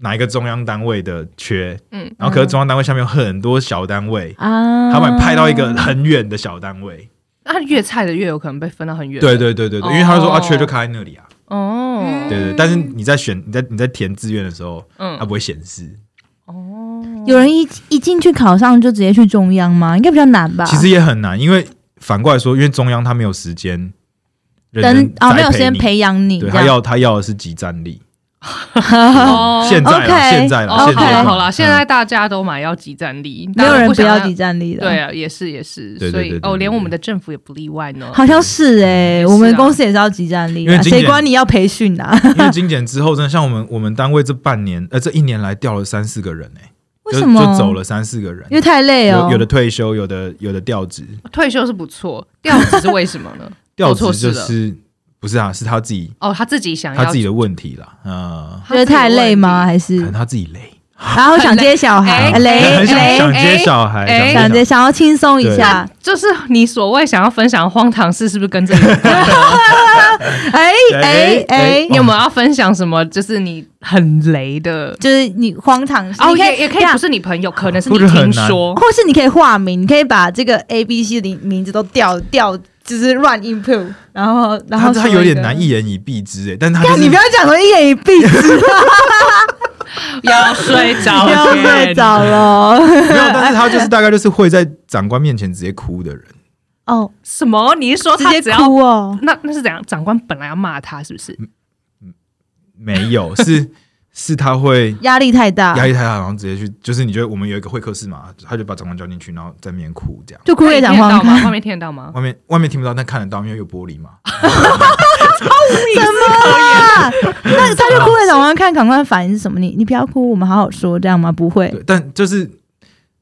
[SPEAKER 3] 哪一个中央单位的缺，
[SPEAKER 1] 嗯
[SPEAKER 3] 嗯，然后可是中央单位下面有很多小单位，
[SPEAKER 2] 啊，
[SPEAKER 3] 他把你派到一个很远的小单位，
[SPEAKER 1] 那越啊菜的越有可能被分到很远。
[SPEAKER 3] 对，对对对对，因为他说啊缺就开在那里啊，
[SPEAKER 1] 哦，
[SPEAKER 3] 对对，但是
[SPEAKER 2] 嗯
[SPEAKER 3] 你在选你在你在填志愿的时候，它
[SPEAKER 1] 嗯，
[SPEAKER 3] 不会显示。
[SPEAKER 1] 哦，
[SPEAKER 2] 有人一一进去考上就直接去中央吗？应该比较难吧。
[SPEAKER 3] 其实也很难，因为反过来说，因为中央它没有时间认
[SPEAKER 2] 等
[SPEAKER 3] 真
[SPEAKER 2] 哦，
[SPEAKER 3] 栽
[SPEAKER 2] 没有时间
[SPEAKER 3] 你，
[SPEAKER 2] 培养你，
[SPEAKER 3] 对
[SPEAKER 2] 这
[SPEAKER 3] 他
[SPEAKER 2] 样
[SPEAKER 3] 要他要的是集战力。
[SPEAKER 1] 哦
[SPEAKER 3] 现在啦
[SPEAKER 2] OK，
[SPEAKER 3] 现在啦，
[SPEAKER 1] 哦
[SPEAKER 3] 现
[SPEAKER 1] 好
[SPEAKER 3] 在
[SPEAKER 1] 了
[SPEAKER 3] 啦
[SPEAKER 1] 好啦，
[SPEAKER 3] 嗯
[SPEAKER 1] 现在大家都买要集战力，
[SPEAKER 2] 没有人不
[SPEAKER 1] 想
[SPEAKER 2] 要集战力的。
[SPEAKER 1] 对，啊，也是也是，
[SPEAKER 3] 对对
[SPEAKER 1] 所以
[SPEAKER 3] 对对
[SPEAKER 1] 哦，
[SPEAKER 3] 对
[SPEAKER 1] 连
[SPEAKER 3] 对
[SPEAKER 1] 我们的政府也不例外呢。
[SPEAKER 2] 好像是哎，
[SPEAKER 1] 是啊
[SPEAKER 2] 我们公司也是要集战力
[SPEAKER 3] 因
[SPEAKER 2] 啊，
[SPEAKER 3] 为今
[SPEAKER 2] 谁
[SPEAKER 3] 年
[SPEAKER 2] 管你要培训啊？
[SPEAKER 3] 因为精简之后，真的像我们我们单位这半年呃这一年来掉了三四个人哎，
[SPEAKER 2] *laughs* 为
[SPEAKER 3] 就
[SPEAKER 2] 什么？
[SPEAKER 3] 就走，了三四个人
[SPEAKER 2] 因？为太累哦
[SPEAKER 3] 有。有的退休，有的有的调职，
[SPEAKER 1] 退休是不错，调职是为什么呢？
[SPEAKER 3] *laughs* 调
[SPEAKER 1] 做错
[SPEAKER 3] 职就
[SPEAKER 1] 事了
[SPEAKER 3] 是不是啊？是他自己
[SPEAKER 1] 哦，他自己
[SPEAKER 2] 哎
[SPEAKER 1] 想要
[SPEAKER 3] 他自己的问题啦，嗯，
[SPEAKER 2] 觉得太累吗？？还
[SPEAKER 3] 可
[SPEAKER 2] 是
[SPEAKER 3] 能他自己累，
[SPEAKER 2] 然后想接小孩，
[SPEAKER 1] 哎
[SPEAKER 2] 累
[SPEAKER 3] 很想
[SPEAKER 2] 累
[SPEAKER 3] 想接
[SPEAKER 1] 哎
[SPEAKER 3] 小孩，
[SPEAKER 1] 哎
[SPEAKER 3] 小
[SPEAKER 2] 想接想要轻松一下，
[SPEAKER 1] 就是你所谓想要分享的荒唐事，是不是跟这个有
[SPEAKER 3] *laughs*
[SPEAKER 1] 关？
[SPEAKER 2] 哎哎
[SPEAKER 3] 哎
[SPEAKER 2] 哎
[SPEAKER 3] 哎，
[SPEAKER 1] 你有没有要分享什么？就是你很雷
[SPEAKER 2] *laughs*
[SPEAKER 1] 的
[SPEAKER 2] 就是你荒唐事，
[SPEAKER 1] 哦，
[SPEAKER 2] 你
[SPEAKER 1] 也也可以
[SPEAKER 2] 呀
[SPEAKER 1] 不是你朋友，可能是你
[SPEAKER 3] 或者很
[SPEAKER 1] 听
[SPEAKER 3] 难 *laughs*
[SPEAKER 1] 说。
[SPEAKER 2] 或是你可以化名，你可以把这个 A B C 的名字都调调，就是乱 input，然后然后
[SPEAKER 3] 他他
[SPEAKER 2] 说一个
[SPEAKER 3] 有点难一。言以蔽之哎，但他就
[SPEAKER 2] 但
[SPEAKER 3] 是
[SPEAKER 2] 你不要讲了一言以蔽之，
[SPEAKER 1] 要睡着
[SPEAKER 2] 不
[SPEAKER 1] 了，
[SPEAKER 2] 要睡着了。
[SPEAKER 3] *laughs* 没有，但是他就是大概就是会在长官面前直接哭的人，
[SPEAKER 2] 哦，
[SPEAKER 1] 什么？你是说
[SPEAKER 2] 直
[SPEAKER 1] 他只
[SPEAKER 2] 接
[SPEAKER 1] 要
[SPEAKER 2] 哭哦。
[SPEAKER 1] 那那是怎样？长官本来要骂他，是不是？
[SPEAKER 3] 没有，是是他会
[SPEAKER 2] 压力太大
[SPEAKER 3] 压，力太大，然后直接去，就是你觉得我们有一个会客室嘛，他就把长官叫进去，然后在面哭这样，
[SPEAKER 2] 就哭也讲话
[SPEAKER 1] 外面听得到吗？外面听得到吗？
[SPEAKER 3] 外面外面听不到，但看得到，因为有玻璃嘛。
[SPEAKER 2] 什么 *laughs* 啊？那他就哭也讲话，看赶快反应是什么？你你不要哭，我们好好说，这样吗？不会，
[SPEAKER 3] 对，但就是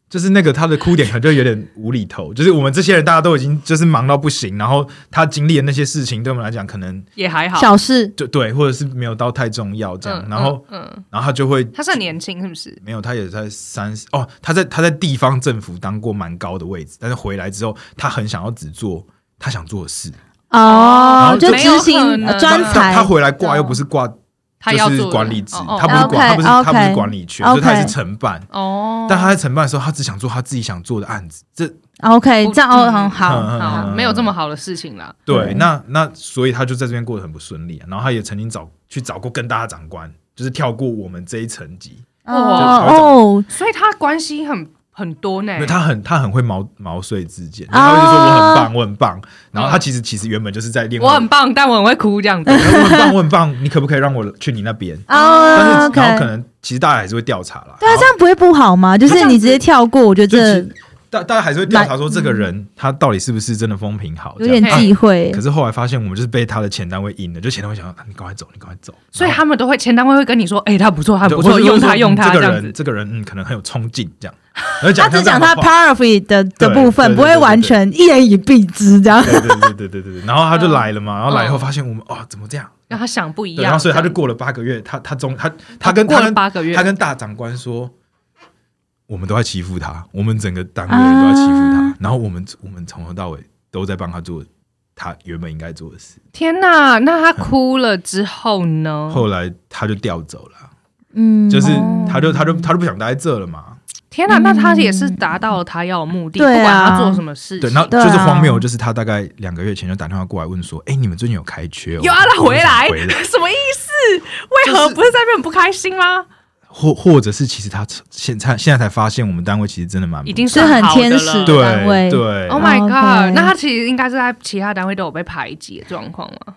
[SPEAKER 3] 就是那个他的哭点可能就有点无厘头，就是我们这些人大家都已经就是忙到不行，然后他经历的那些事情对我们来讲可能
[SPEAKER 1] 也还好，
[SPEAKER 2] 小事
[SPEAKER 3] 就对，或者是没有到太重要这样，
[SPEAKER 1] 嗯
[SPEAKER 3] 然后
[SPEAKER 1] 嗯，嗯
[SPEAKER 3] 然后他就会
[SPEAKER 1] 他是很年轻，是不是？
[SPEAKER 3] 没有，他也在三十哦，他在他在地方政府当过蛮高的位置，但是回来之后，他很想要只做他想做的事，
[SPEAKER 1] 然
[SPEAKER 2] 哦
[SPEAKER 1] 后，
[SPEAKER 2] 就
[SPEAKER 1] 没有
[SPEAKER 2] 执
[SPEAKER 1] 可
[SPEAKER 2] 行
[SPEAKER 1] 能
[SPEAKER 2] 呃专
[SPEAKER 1] 他
[SPEAKER 3] 他
[SPEAKER 2] 才
[SPEAKER 3] 他回来挂又不是挂，
[SPEAKER 1] 他
[SPEAKER 3] 就
[SPEAKER 1] 要
[SPEAKER 3] 是
[SPEAKER 1] 做
[SPEAKER 3] 管理职，
[SPEAKER 1] 哦
[SPEAKER 3] 他不是管，他不是他
[SPEAKER 2] OK，OK
[SPEAKER 3] 不是管理权，所以他也是
[SPEAKER 2] OK
[SPEAKER 3] 承办。
[SPEAKER 1] 哦，
[SPEAKER 3] 但他在承办的时候，他只想做他自己想做的案子。这
[SPEAKER 2] OK，
[SPEAKER 1] 不
[SPEAKER 2] 这样哦，
[SPEAKER 1] 嗯
[SPEAKER 2] 很
[SPEAKER 3] 嗯
[SPEAKER 2] 好，
[SPEAKER 3] 嗯
[SPEAKER 1] 好没有这么好的事情啦。
[SPEAKER 3] 对，
[SPEAKER 2] 对
[SPEAKER 3] 那那所以他就在这边过得很不顺利啊、然后他也曾经找去找过更大的长官，就是跳过我们这一层级。
[SPEAKER 1] 嗯
[SPEAKER 2] 哦
[SPEAKER 1] 所以他关系很很多呢
[SPEAKER 3] 因为。他很他很会毛毛遂自荐，然后他就说我很棒，我很棒。然后他其实其实原本就是在另外
[SPEAKER 1] 我很棒，但我很会哭这样子。
[SPEAKER 3] 我很棒，我很棒，你可不可以让我去你那边？
[SPEAKER 2] 哦哦
[SPEAKER 3] 嗯但是
[SPEAKER 2] ，OK，
[SPEAKER 3] 然后可能其实大家还是会调查啦。
[SPEAKER 2] 对啊，
[SPEAKER 3] 然后
[SPEAKER 2] 这样不会不好吗？就
[SPEAKER 3] 这
[SPEAKER 2] 是
[SPEAKER 3] 样
[SPEAKER 2] 你直接跳过，我觉
[SPEAKER 3] 就
[SPEAKER 2] 得
[SPEAKER 3] 是大大家还是会调查说这个人他到底是不是真的风评好，
[SPEAKER 2] 有点
[SPEAKER 3] 这样
[SPEAKER 2] 忌讳
[SPEAKER 3] 可。是后来发现我们就是被他的前单位阴了，就前单位想啊你赶快走，你赶快走。
[SPEAKER 1] 所以
[SPEAKER 3] 然后
[SPEAKER 1] 他们都会前单位会跟你说，哎，他不错，他
[SPEAKER 3] 嗯对
[SPEAKER 1] 不
[SPEAKER 3] 或
[SPEAKER 1] 错，
[SPEAKER 3] 者是
[SPEAKER 1] 用他
[SPEAKER 3] 说
[SPEAKER 1] 用
[SPEAKER 3] 嗯
[SPEAKER 1] 他
[SPEAKER 3] 这
[SPEAKER 1] 这
[SPEAKER 3] 个
[SPEAKER 1] 样子
[SPEAKER 3] 人，。这个人嗯可能很有冲劲这样。然后
[SPEAKER 2] 他
[SPEAKER 3] 像
[SPEAKER 2] 只
[SPEAKER 3] 这样
[SPEAKER 2] 讲他
[SPEAKER 3] 的话
[SPEAKER 2] part of it 的的
[SPEAKER 3] 对
[SPEAKER 2] 部分，
[SPEAKER 3] 对
[SPEAKER 2] 不会
[SPEAKER 3] 对对
[SPEAKER 2] 完
[SPEAKER 3] 对
[SPEAKER 2] 全一言以蔽之这样。
[SPEAKER 3] 对对对对对对对，然后他就来了嘛，然后来以后
[SPEAKER 1] 嗯
[SPEAKER 3] 发现我们哦怎么这样，
[SPEAKER 1] 让他想不一
[SPEAKER 3] 对，
[SPEAKER 1] 样。
[SPEAKER 3] 然后所以他就
[SPEAKER 1] 这样
[SPEAKER 3] 过了八个月，他他中他他跟
[SPEAKER 1] 过
[SPEAKER 3] 他
[SPEAKER 1] 了
[SPEAKER 3] 跟
[SPEAKER 1] 八个月，
[SPEAKER 3] 他跟大长官说，我们都在欺负他，我们整个单位人都在欺负他，
[SPEAKER 2] 啊
[SPEAKER 3] 然后我们我们从头到尾都在帮他做他原本应该做的事。
[SPEAKER 1] 天哪，那他哭了之后呢？
[SPEAKER 3] 后来他就调走了，
[SPEAKER 2] 嗯，
[SPEAKER 3] 就是
[SPEAKER 2] 哦
[SPEAKER 3] 他就他就他就不想待在这了嘛。
[SPEAKER 1] 天哪，那他也是达到了他要的目的，
[SPEAKER 2] 对
[SPEAKER 1] 不
[SPEAKER 2] 啊
[SPEAKER 1] 管他做什么事
[SPEAKER 3] 嗯对，
[SPEAKER 1] 情。
[SPEAKER 3] 然后
[SPEAKER 2] 对
[SPEAKER 3] 就
[SPEAKER 2] 啊
[SPEAKER 3] 是荒谬，就是他大概两个月前就打电话过来问说，哎，你们最近有开缺哦？
[SPEAKER 1] 有啊，他
[SPEAKER 3] 我
[SPEAKER 1] 回
[SPEAKER 3] 想
[SPEAKER 1] 来
[SPEAKER 3] 回来，
[SPEAKER 1] *laughs* 什么意思？为何不是在那边很不开心吗？
[SPEAKER 3] 或或者是其实他现在现在才发现，我们单位其实真的蛮
[SPEAKER 1] 已经
[SPEAKER 2] 是
[SPEAKER 1] 算
[SPEAKER 2] 很
[SPEAKER 1] 好的
[SPEAKER 2] 天使
[SPEAKER 1] 了
[SPEAKER 2] 的单位
[SPEAKER 3] 对对，
[SPEAKER 1] Oh my god！
[SPEAKER 2] OK
[SPEAKER 1] 那他其实应该是在其他单位都有被排挤的状况吗？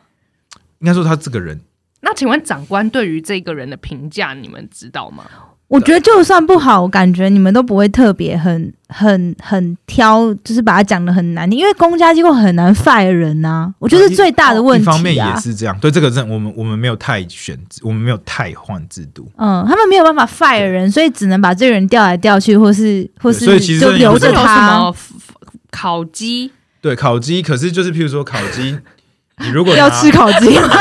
[SPEAKER 3] 应该说他这个人
[SPEAKER 1] 那请问长官对于这个人的评价，你们知道吗？
[SPEAKER 2] 我觉得就算不好，我感觉你们都不会特别很很很挑，就是把它讲的很难听，因为公家机构很难 fire 人呐、我觉得是最大的问
[SPEAKER 3] 呃一
[SPEAKER 2] 题、啊
[SPEAKER 3] 方面也是这样，对这个证，我们我们没有太选，我们没有太换制度，
[SPEAKER 2] 嗯，他们没有办法 fire 人，所以只能把这个人调来调去，或是或
[SPEAKER 3] 所
[SPEAKER 2] 是
[SPEAKER 3] 以其实
[SPEAKER 2] 就留
[SPEAKER 1] 不是
[SPEAKER 2] 着
[SPEAKER 1] 有什么
[SPEAKER 2] 他。
[SPEAKER 1] 烤鸡？
[SPEAKER 3] 对烤鸡，可是就是譬如说烤鸡，你如果拿
[SPEAKER 2] *laughs* 要吃烤鸡吗？你怎么知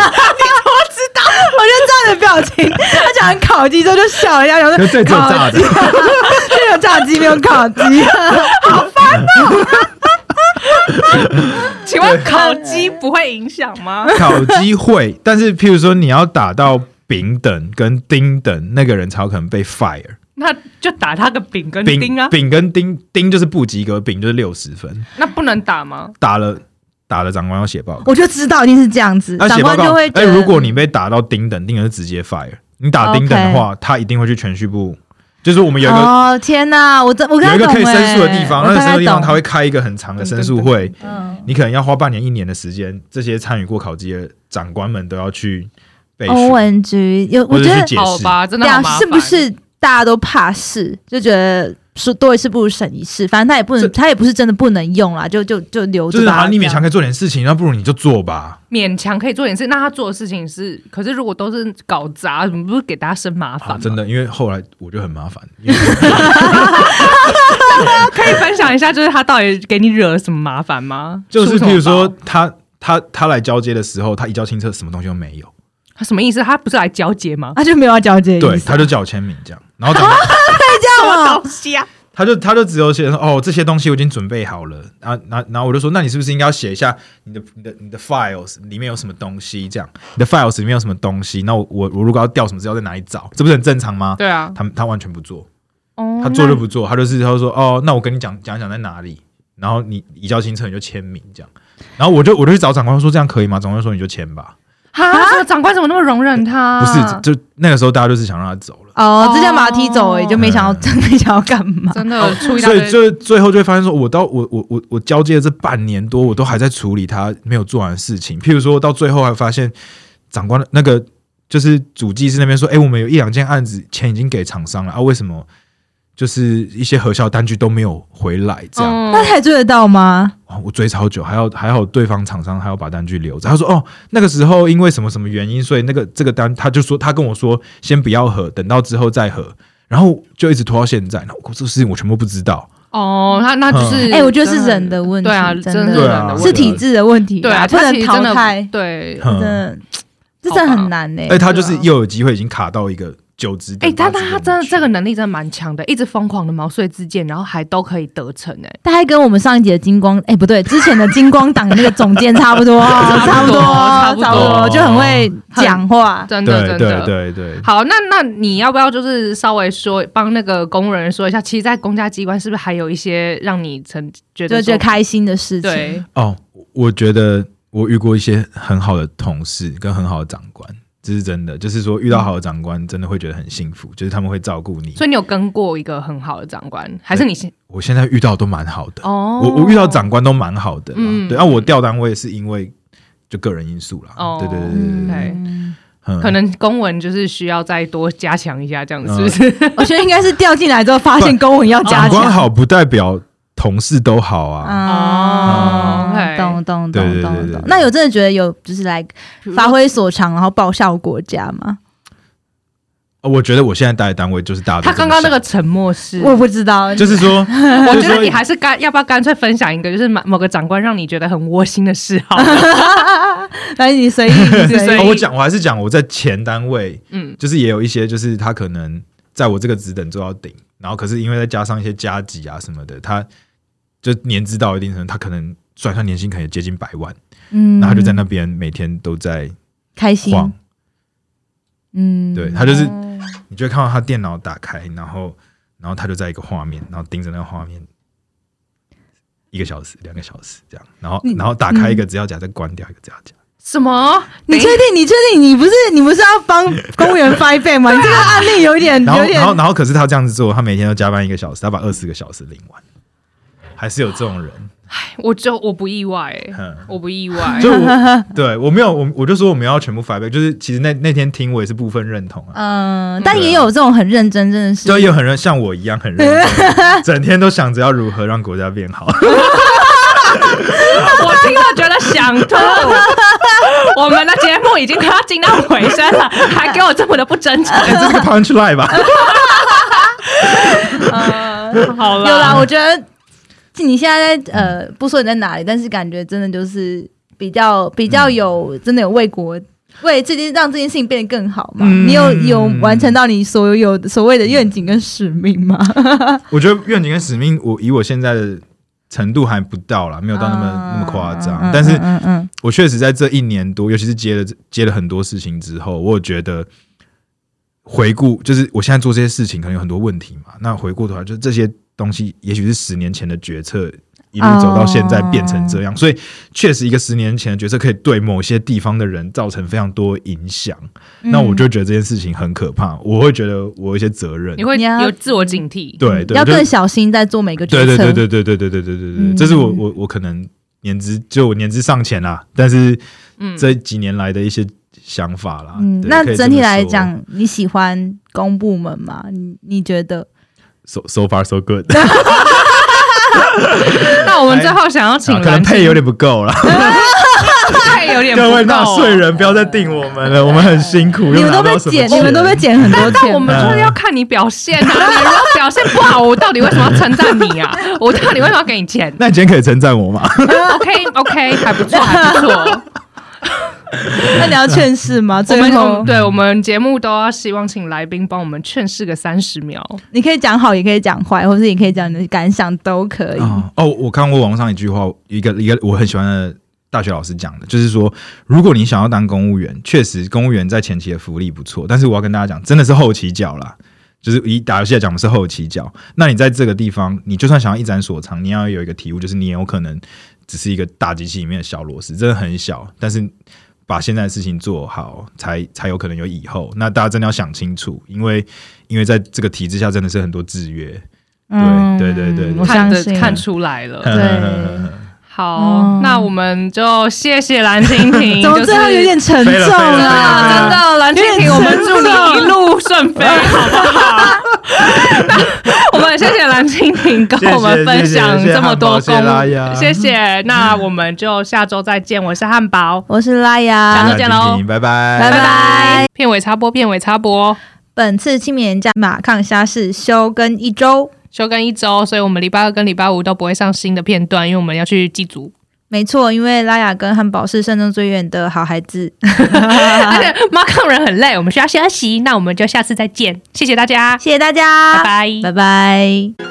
[SPEAKER 2] 道？我就照你的表情，他讲完烤鸡之后就笑了一下，然后
[SPEAKER 3] 可是这只有炸
[SPEAKER 2] *laughs*
[SPEAKER 3] 的，
[SPEAKER 2] 没有炸鸡，没有烤鸡。 *laughs*
[SPEAKER 1] 请问烤鸡不会影响吗？
[SPEAKER 3] 烤鸡会，但是譬如说你要打到丙等跟丁等，那个人才有可能被 fire，
[SPEAKER 1] *laughs* 那就打他个饼跟
[SPEAKER 3] 丙
[SPEAKER 1] 丁啊，
[SPEAKER 3] 丙跟丁丁就是不及格，丙就是六十分，
[SPEAKER 1] 那不能打吗？
[SPEAKER 3] 打了打了长官要写报告，
[SPEAKER 2] 我就知道一定是这样子，
[SPEAKER 3] 那
[SPEAKER 2] 长
[SPEAKER 3] 写报
[SPEAKER 2] 官就
[SPEAKER 3] 告
[SPEAKER 2] 会，觉
[SPEAKER 3] 哎，
[SPEAKER 2] 得。
[SPEAKER 3] 如果你被打到丁等，丁等是直接 fire，你打丁等的话，他一定会去全序部。就是我们有一个
[SPEAKER 2] 哦天哪，我真我刚才
[SPEAKER 3] 有一个
[SPEAKER 2] 懂
[SPEAKER 3] 可以申诉的
[SPEAKER 2] 欸
[SPEAKER 3] 地方，
[SPEAKER 2] 我
[SPEAKER 3] 那个
[SPEAKER 2] 大
[SPEAKER 3] 申
[SPEAKER 2] 概
[SPEAKER 3] 诉地方
[SPEAKER 2] 懂
[SPEAKER 3] 他会开一个很长的申诉会，
[SPEAKER 2] 嗯
[SPEAKER 3] 你可能要花半年、一年的时间，这些参与过考级的长官们都要去背
[SPEAKER 2] 欧
[SPEAKER 3] 书，
[SPEAKER 2] 文局有，
[SPEAKER 3] 或
[SPEAKER 2] 哦我
[SPEAKER 3] 者
[SPEAKER 2] 觉
[SPEAKER 3] 去
[SPEAKER 2] 得
[SPEAKER 3] 解
[SPEAKER 1] 好
[SPEAKER 3] 释。
[SPEAKER 1] 吧，真的
[SPEAKER 2] 对
[SPEAKER 1] 好
[SPEAKER 2] 啊
[SPEAKER 1] 麻烦。
[SPEAKER 2] 是不是大家都怕事，就觉得说多一事不如省一事，反正他也不
[SPEAKER 3] 这
[SPEAKER 2] 能，他也不是真的不能用啦，就就就留
[SPEAKER 3] 就
[SPEAKER 2] 着
[SPEAKER 3] 是
[SPEAKER 2] 吧。
[SPEAKER 3] 啊，你勉强
[SPEAKER 2] 这样
[SPEAKER 3] 可以做点事情，那不如你就做吧。
[SPEAKER 1] 勉强可以做点事？那他做的事情是，可是如果都是搞砸，你不是给大家生麻烦、
[SPEAKER 3] 啊，真
[SPEAKER 1] 的，
[SPEAKER 3] 的，因为后来我就很麻烦，因为
[SPEAKER 1] 可以分享一下，就是他到底给你惹了什么麻烦吗？
[SPEAKER 3] 就是
[SPEAKER 1] 出什么
[SPEAKER 3] 譬如说
[SPEAKER 1] 包
[SPEAKER 3] 他他他来交接的时候，他一交清册什么东西都没有，
[SPEAKER 1] 他什么意思？他不是来交接吗？
[SPEAKER 2] 他就没有要交接的
[SPEAKER 3] 对
[SPEAKER 2] 意，思，
[SPEAKER 3] 他就叫我签名这样，然后长官
[SPEAKER 1] 什
[SPEAKER 2] 这样
[SPEAKER 1] 么
[SPEAKER 2] 啊，
[SPEAKER 1] 东西啊？
[SPEAKER 3] 他就他就只有写说哦，这些东西我已经准备好了，然后然后然后我就说，那你是不是应该要写一下你的你的你的 files 里面有什么东西？这样你的 files 里面有什么东西？那我我我如果要调什么资料，在哪里找？这不是很正常吗？
[SPEAKER 1] 对啊，
[SPEAKER 3] 他他完全不做，
[SPEAKER 1] 哦
[SPEAKER 3] 他做就不做，他就是他就说哦，那我跟你讲讲讲在哪里，然后你移交清册你就签名这样，然后我就我就去找长官说这样可以吗？长官说你就签吧，
[SPEAKER 1] 啊，长官怎么那么容忍他？
[SPEAKER 3] 不是就那个时候大家就是想让他走了。
[SPEAKER 2] 哦，直接把他踢走而已，就没想要
[SPEAKER 3] 哦
[SPEAKER 2] *laughs* 没想要干嘛。
[SPEAKER 1] 真的哦出一大
[SPEAKER 3] 所以
[SPEAKER 1] 堆。
[SPEAKER 3] 就最后就会发现说，我到我我我我交接的这半年多，我都还在处理他没有做完的事情。譬如说到最后还发现，长官的那个就是主技师那边说，哎、我们有一两件案子钱已经给厂商了啊，为什么就是一些核销单据都没有回来？这样、
[SPEAKER 1] 嗯
[SPEAKER 2] 那他也追得到吗？
[SPEAKER 3] 哇哦我追超久，还要还好对方厂商还要把单据留着。他说哦，那个时候因为什么什么原因，所以那个这个单他就说他跟我说先不要核，等到之后再核。然后就一直拖到现在，那我这事情我全部不知道。
[SPEAKER 1] 哦，那那就是，
[SPEAKER 2] 哎、我觉得是人的问题，
[SPEAKER 1] 对啊，
[SPEAKER 2] 真
[SPEAKER 1] 的
[SPEAKER 3] 嗯对
[SPEAKER 1] 人
[SPEAKER 3] 啊
[SPEAKER 1] 的问
[SPEAKER 2] 是
[SPEAKER 1] 题
[SPEAKER 2] 体制的问题啦，
[SPEAKER 1] 对啊，
[SPEAKER 2] 不
[SPEAKER 1] 他
[SPEAKER 2] 能
[SPEAKER 1] 其实
[SPEAKER 2] 淘
[SPEAKER 1] 真的
[SPEAKER 2] 汰，
[SPEAKER 1] 对，
[SPEAKER 2] 真
[SPEAKER 3] 哼
[SPEAKER 2] 的，这真的很难呢、欸
[SPEAKER 3] 哎哎，他就是又有机会已经卡到一个九职
[SPEAKER 1] 啊哎、
[SPEAKER 3] 点八
[SPEAKER 1] 但但
[SPEAKER 3] 职点
[SPEAKER 1] 他
[SPEAKER 3] 的
[SPEAKER 1] 真的
[SPEAKER 3] 去
[SPEAKER 1] 这个能力真的蛮强的，一直疯狂的毛遂自荐，然后还都可以得逞哎、
[SPEAKER 2] 大概跟我们上一集的金光，哎、不对，之前的金光党的那个总监差不多，差
[SPEAKER 1] 不多
[SPEAKER 2] 差
[SPEAKER 1] 差不
[SPEAKER 3] 多
[SPEAKER 2] 就很会讲话。
[SPEAKER 1] 真的
[SPEAKER 3] 对
[SPEAKER 1] 真的。
[SPEAKER 3] 对对对，
[SPEAKER 1] 好，那那你要不要就是稍微说帮那个公务人员说一下？其实，在公家机关是不是还有一些让你曾觉
[SPEAKER 2] 就
[SPEAKER 1] 得
[SPEAKER 2] 觉
[SPEAKER 1] 说
[SPEAKER 2] 得开心的事情，
[SPEAKER 1] 对
[SPEAKER 3] 哦，我觉得我遇过一些很好的同事跟很好的长官，这是真的。就是说遇到好的长官，真的会觉得很幸福，就是他们会照顾你。
[SPEAKER 1] 所以你有跟过一个很好的长官，还是你先
[SPEAKER 3] 我现在遇到都蛮好的，
[SPEAKER 1] 哦？
[SPEAKER 3] 我我遇到长官都蛮好的啦。
[SPEAKER 1] 嗯
[SPEAKER 3] 对，啊，我调单位是因为就个人因素啦。
[SPEAKER 1] 哦
[SPEAKER 3] 对对对对对
[SPEAKER 2] 嗯
[SPEAKER 3] 对，
[SPEAKER 1] 对
[SPEAKER 3] 嗯
[SPEAKER 1] 可能公文就是需要再多加强一下，这样子
[SPEAKER 2] 嗯
[SPEAKER 1] 是不是？
[SPEAKER 2] 我觉得应该是掉进来之后发现公文要加
[SPEAKER 3] 长官
[SPEAKER 2] 强。
[SPEAKER 3] 好不代表同事都好啊。
[SPEAKER 2] 啊
[SPEAKER 1] 哦，OK
[SPEAKER 2] 懂懂
[SPEAKER 3] 对对
[SPEAKER 2] 懂
[SPEAKER 3] 对
[SPEAKER 2] 懂
[SPEAKER 3] 对对
[SPEAKER 2] 懂。那有真的觉得有就是来
[SPEAKER 1] 嗯
[SPEAKER 2] 发挥所长，然后报效国家吗？
[SPEAKER 3] 呃我觉得我现在待的单位就是大家都
[SPEAKER 1] 他
[SPEAKER 3] 这
[SPEAKER 1] 刚
[SPEAKER 3] 么
[SPEAKER 1] 刚那个
[SPEAKER 3] 想
[SPEAKER 1] 沉默是，
[SPEAKER 2] 我不知道，
[SPEAKER 3] 就是说，
[SPEAKER 1] 我
[SPEAKER 3] 就是
[SPEAKER 1] 觉得
[SPEAKER 3] 说
[SPEAKER 1] 你还是干要不要干脆分享一个，就是某某个长官让你觉得很窝心的事好了？
[SPEAKER 2] *laughs* 反正你随意，你
[SPEAKER 1] 所
[SPEAKER 2] 随
[SPEAKER 1] 以
[SPEAKER 2] 意。
[SPEAKER 3] 哦，我讲我还是讲我在前单位，
[SPEAKER 1] 嗯，
[SPEAKER 3] 就是也有一些，就是他可能在我这个职等做到顶，然后可是因为再加上一些加级啊什么的，他就年资到一定程度，他可能算算年薪可能也接近百万，
[SPEAKER 2] 嗯
[SPEAKER 3] 那、他就在那边每天都在
[SPEAKER 2] 开心，
[SPEAKER 3] 晃，
[SPEAKER 2] 嗯，
[SPEAKER 3] 对他就是
[SPEAKER 1] 哦
[SPEAKER 3] 你就会看到他电脑打开，然后然后他就在一个画面，然后盯着那个画面。一个小时、两个小时这样，然后然后打
[SPEAKER 1] 嗯
[SPEAKER 3] 开一个资料夹，再关掉一个资料夹。
[SPEAKER 1] 什么？
[SPEAKER 2] 你确定？你确定？你不是你不是要
[SPEAKER 3] *laughs*
[SPEAKER 2] 帮公务员 fight back 吗？你这个案例有一 *laughs* 点
[SPEAKER 3] 啊然后
[SPEAKER 2] 有点
[SPEAKER 3] 然后然后可是他这样子做，他每天都加班一个小时，他把二十个小时领完，还是有这种人。
[SPEAKER 1] 我就我不意外、欸
[SPEAKER 2] *laughs*
[SPEAKER 3] 嗯
[SPEAKER 1] 我不意外。
[SPEAKER 3] 就我对我没有我我就说我们要全部 fight back，就是其实那那天听我也是部分认同啊，
[SPEAKER 2] 嗯，但也有这种很认真，真的是
[SPEAKER 3] 就有很认像我一样很认
[SPEAKER 2] *laughs*
[SPEAKER 3] 真，整天都想着要如何让国家变好。
[SPEAKER 1] *laughs* 我听了觉得想
[SPEAKER 2] *laughs*
[SPEAKER 1] 吐。我们的节目已经快要进到尾声
[SPEAKER 2] *laughs*
[SPEAKER 1] 了，还给我这么的不真诚。
[SPEAKER 3] 哎、这是个 punch line 吧？ *laughs*
[SPEAKER 1] 好
[SPEAKER 2] 呃
[SPEAKER 3] 啊
[SPEAKER 2] 有啦。
[SPEAKER 1] 了，
[SPEAKER 2] 我觉得你现在在呃，不说你在哪里，但是感觉真的就是比较比较有、真的有为国。为这件让这件事情变得更好嘛？
[SPEAKER 3] 嗯
[SPEAKER 2] 你有有完成到你所有所谓的愿景跟使命吗？
[SPEAKER 3] 我觉得愿景跟使命，我以我现在的程度还不到啦，没有到那么、那么夸张，
[SPEAKER 2] 嗯
[SPEAKER 3] 但是
[SPEAKER 2] 嗯嗯
[SPEAKER 3] 我确实在这一年多，尤其是接了接了很多事情之后，我有觉得回顾，就是我现在做这些事情可能有很多问题嘛。那回过头来，就是这些东西，也许是十年前的决策，一路走到现在变成
[SPEAKER 2] 哦
[SPEAKER 3] 这样。所以，确实一个十年前的决策可以对某些地方的人造成非常多影响。
[SPEAKER 2] 嗯
[SPEAKER 3] 那我就觉得这件事情很可怕，我会觉得我有一些责任
[SPEAKER 1] 你。会
[SPEAKER 2] 你啊要
[SPEAKER 1] 有自我警惕。
[SPEAKER 3] 对对，
[SPEAKER 2] 要
[SPEAKER 3] 就是
[SPEAKER 2] 更小心在做每个决
[SPEAKER 3] 对
[SPEAKER 2] 策。
[SPEAKER 3] 对对对对对对对对对对，
[SPEAKER 2] 嗯
[SPEAKER 3] 这是我我我可能年资就我年资尚浅啦，但是
[SPEAKER 1] 嗯
[SPEAKER 3] 这几年来的一些想法啦。
[SPEAKER 2] 嗯，
[SPEAKER 3] 啊对
[SPEAKER 2] 那
[SPEAKER 3] 可以这
[SPEAKER 2] 整体
[SPEAKER 3] 么
[SPEAKER 2] 来
[SPEAKER 3] 说
[SPEAKER 2] 讲，你喜欢公部门吗？你你觉得？
[SPEAKER 3] ，so so far so good，
[SPEAKER 1] 那我们最后想要请
[SPEAKER 3] 啊 *laughs* 可能
[SPEAKER 1] 蓝
[SPEAKER 3] 配有
[SPEAKER 1] 点
[SPEAKER 3] 点不够啦。
[SPEAKER 1] 配有点
[SPEAKER 3] 各位
[SPEAKER 1] 不
[SPEAKER 3] 纳
[SPEAKER 1] 够
[SPEAKER 3] 税。人不要再定我们了，我们很辛苦，
[SPEAKER 2] *laughs* 你
[SPEAKER 3] 又
[SPEAKER 2] 们
[SPEAKER 3] 拿
[SPEAKER 2] 都被
[SPEAKER 3] 到什么
[SPEAKER 2] 减，你们都被
[SPEAKER 3] 钱。
[SPEAKER 2] 减很多
[SPEAKER 1] *laughs* 但
[SPEAKER 2] 钱。
[SPEAKER 1] 我们就是要看你表现
[SPEAKER 3] *laughs*
[SPEAKER 1] 啊！你如果表现不好，我到底为什么要称赞你啊？我到底为什么要给你钱
[SPEAKER 3] 那你今天可以称赞我吗？
[SPEAKER 1] ？OK
[SPEAKER 2] *laughs*
[SPEAKER 1] OK，还不错，还不错。
[SPEAKER 2] 那你要劝世吗？
[SPEAKER 1] 我
[SPEAKER 2] *laughs* 最
[SPEAKER 1] 们我
[SPEAKER 2] 后
[SPEAKER 1] 们对我们节目都要希望请来宾帮我们劝世个三十秒。
[SPEAKER 2] 你可以讲好，也可以讲坏，或是也可以讲你的感想，都可以。
[SPEAKER 3] 啊哦，我看过网上一句话，一个一个我很喜欢的大学老师讲的，就是说，如果你想要当公务员，确实公务员在前期的福利不错，但是我要跟大家讲，真的是后期角啦。就是以打游戏来讲，我们是后期角。那你在这个地方，你就算想要一展所长，你要有一个体悟，就是你有可能只是一个大机器里面的小螺丝，真的很小。但是把现在的事情做好，才才有可能有以后。那大家真的要想清楚，因为因为在这个体制下，真的是很多制约。
[SPEAKER 2] 嗯
[SPEAKER 3] 对对对对
[SPEAKER 2] 我
[SPEAKER 1] 看
[SPEAKER 2] 相
[SPEAKER 1] 得
[SPEAKER 2] 信
[SPEAKER 1] 看出来了。
[SPEAKER 2] 对
[SPEAKER 1] 好，
[SPEAKER 2] 嗯
[SPEAKER 1] 那我们就谢谢蓝蜻
[SPEAKER 2] *laughs*
[SPEAKER 1] 蜓，
[SPEAKER 2] 怎
[SPEAKER 1] 就
[SPEAKER 2] 么
[SPEAKER 1] 是
[SPEAKER 2] 最后有点沉重
[SPEAKER 3] 飞了飞了
[SPEAKER 1] 啊真
[SPEAKER 2] 啦？
[SPEAKER 1] 的蓝蜻蜓，
[SPEAKER 2] 有点
[SPEAKER 1] 我们祝
[SPEAKER 2] 沉重
[SPEAKER 1] 你一路顺飞，好不好？那我们谢谢蓝蜻蜓跟我们分享
[SPEAKER 3] 谢谢谢谢
[SPEAKER 1] 这么多
[SPEAKER 3] 汉堡谢谢拉
[SPEAKER 1] 功，
[SPEAKER 3] 雅
[SPEAKER 1] 谢谢。那我们就下周再见，我是汉堡，
[SPEAKER 2] 我是拉
[SPEAKER 1] 下
[SPEAKER 2] 雅
[SPEAKER 1] 周，见喽
[SPEAKER 3] 拜拜，
[SPEAKER 2] 拜拜。
[SPEAKER 1] 片尾插播，片尾插播，
[SPEAKER 2] 本次清明年假马抗虾是休更一周，
[SPEAKER 1] 休更一周，所以我们礼拜二跟礼拜五都不会上新的片段，因为我们要去祭祖。
[SPEAKER 2] 没错，因为拉雅跟汉堡是山中最远的好孩子。
[SPEAKER 1] *laughs*
[SPEAKER 2] 啊
[SPEAKER 1] 而且猫抗人很累，我们需要休息，那我们就下次再见，谢谢大家，
[SPEAKER 2] 谢谢大
[SPEAKER 1] 拜
[SPEAKER 2] 家，
[SPEAKER 1] 拜
[SPEAKER 2] 拜拜。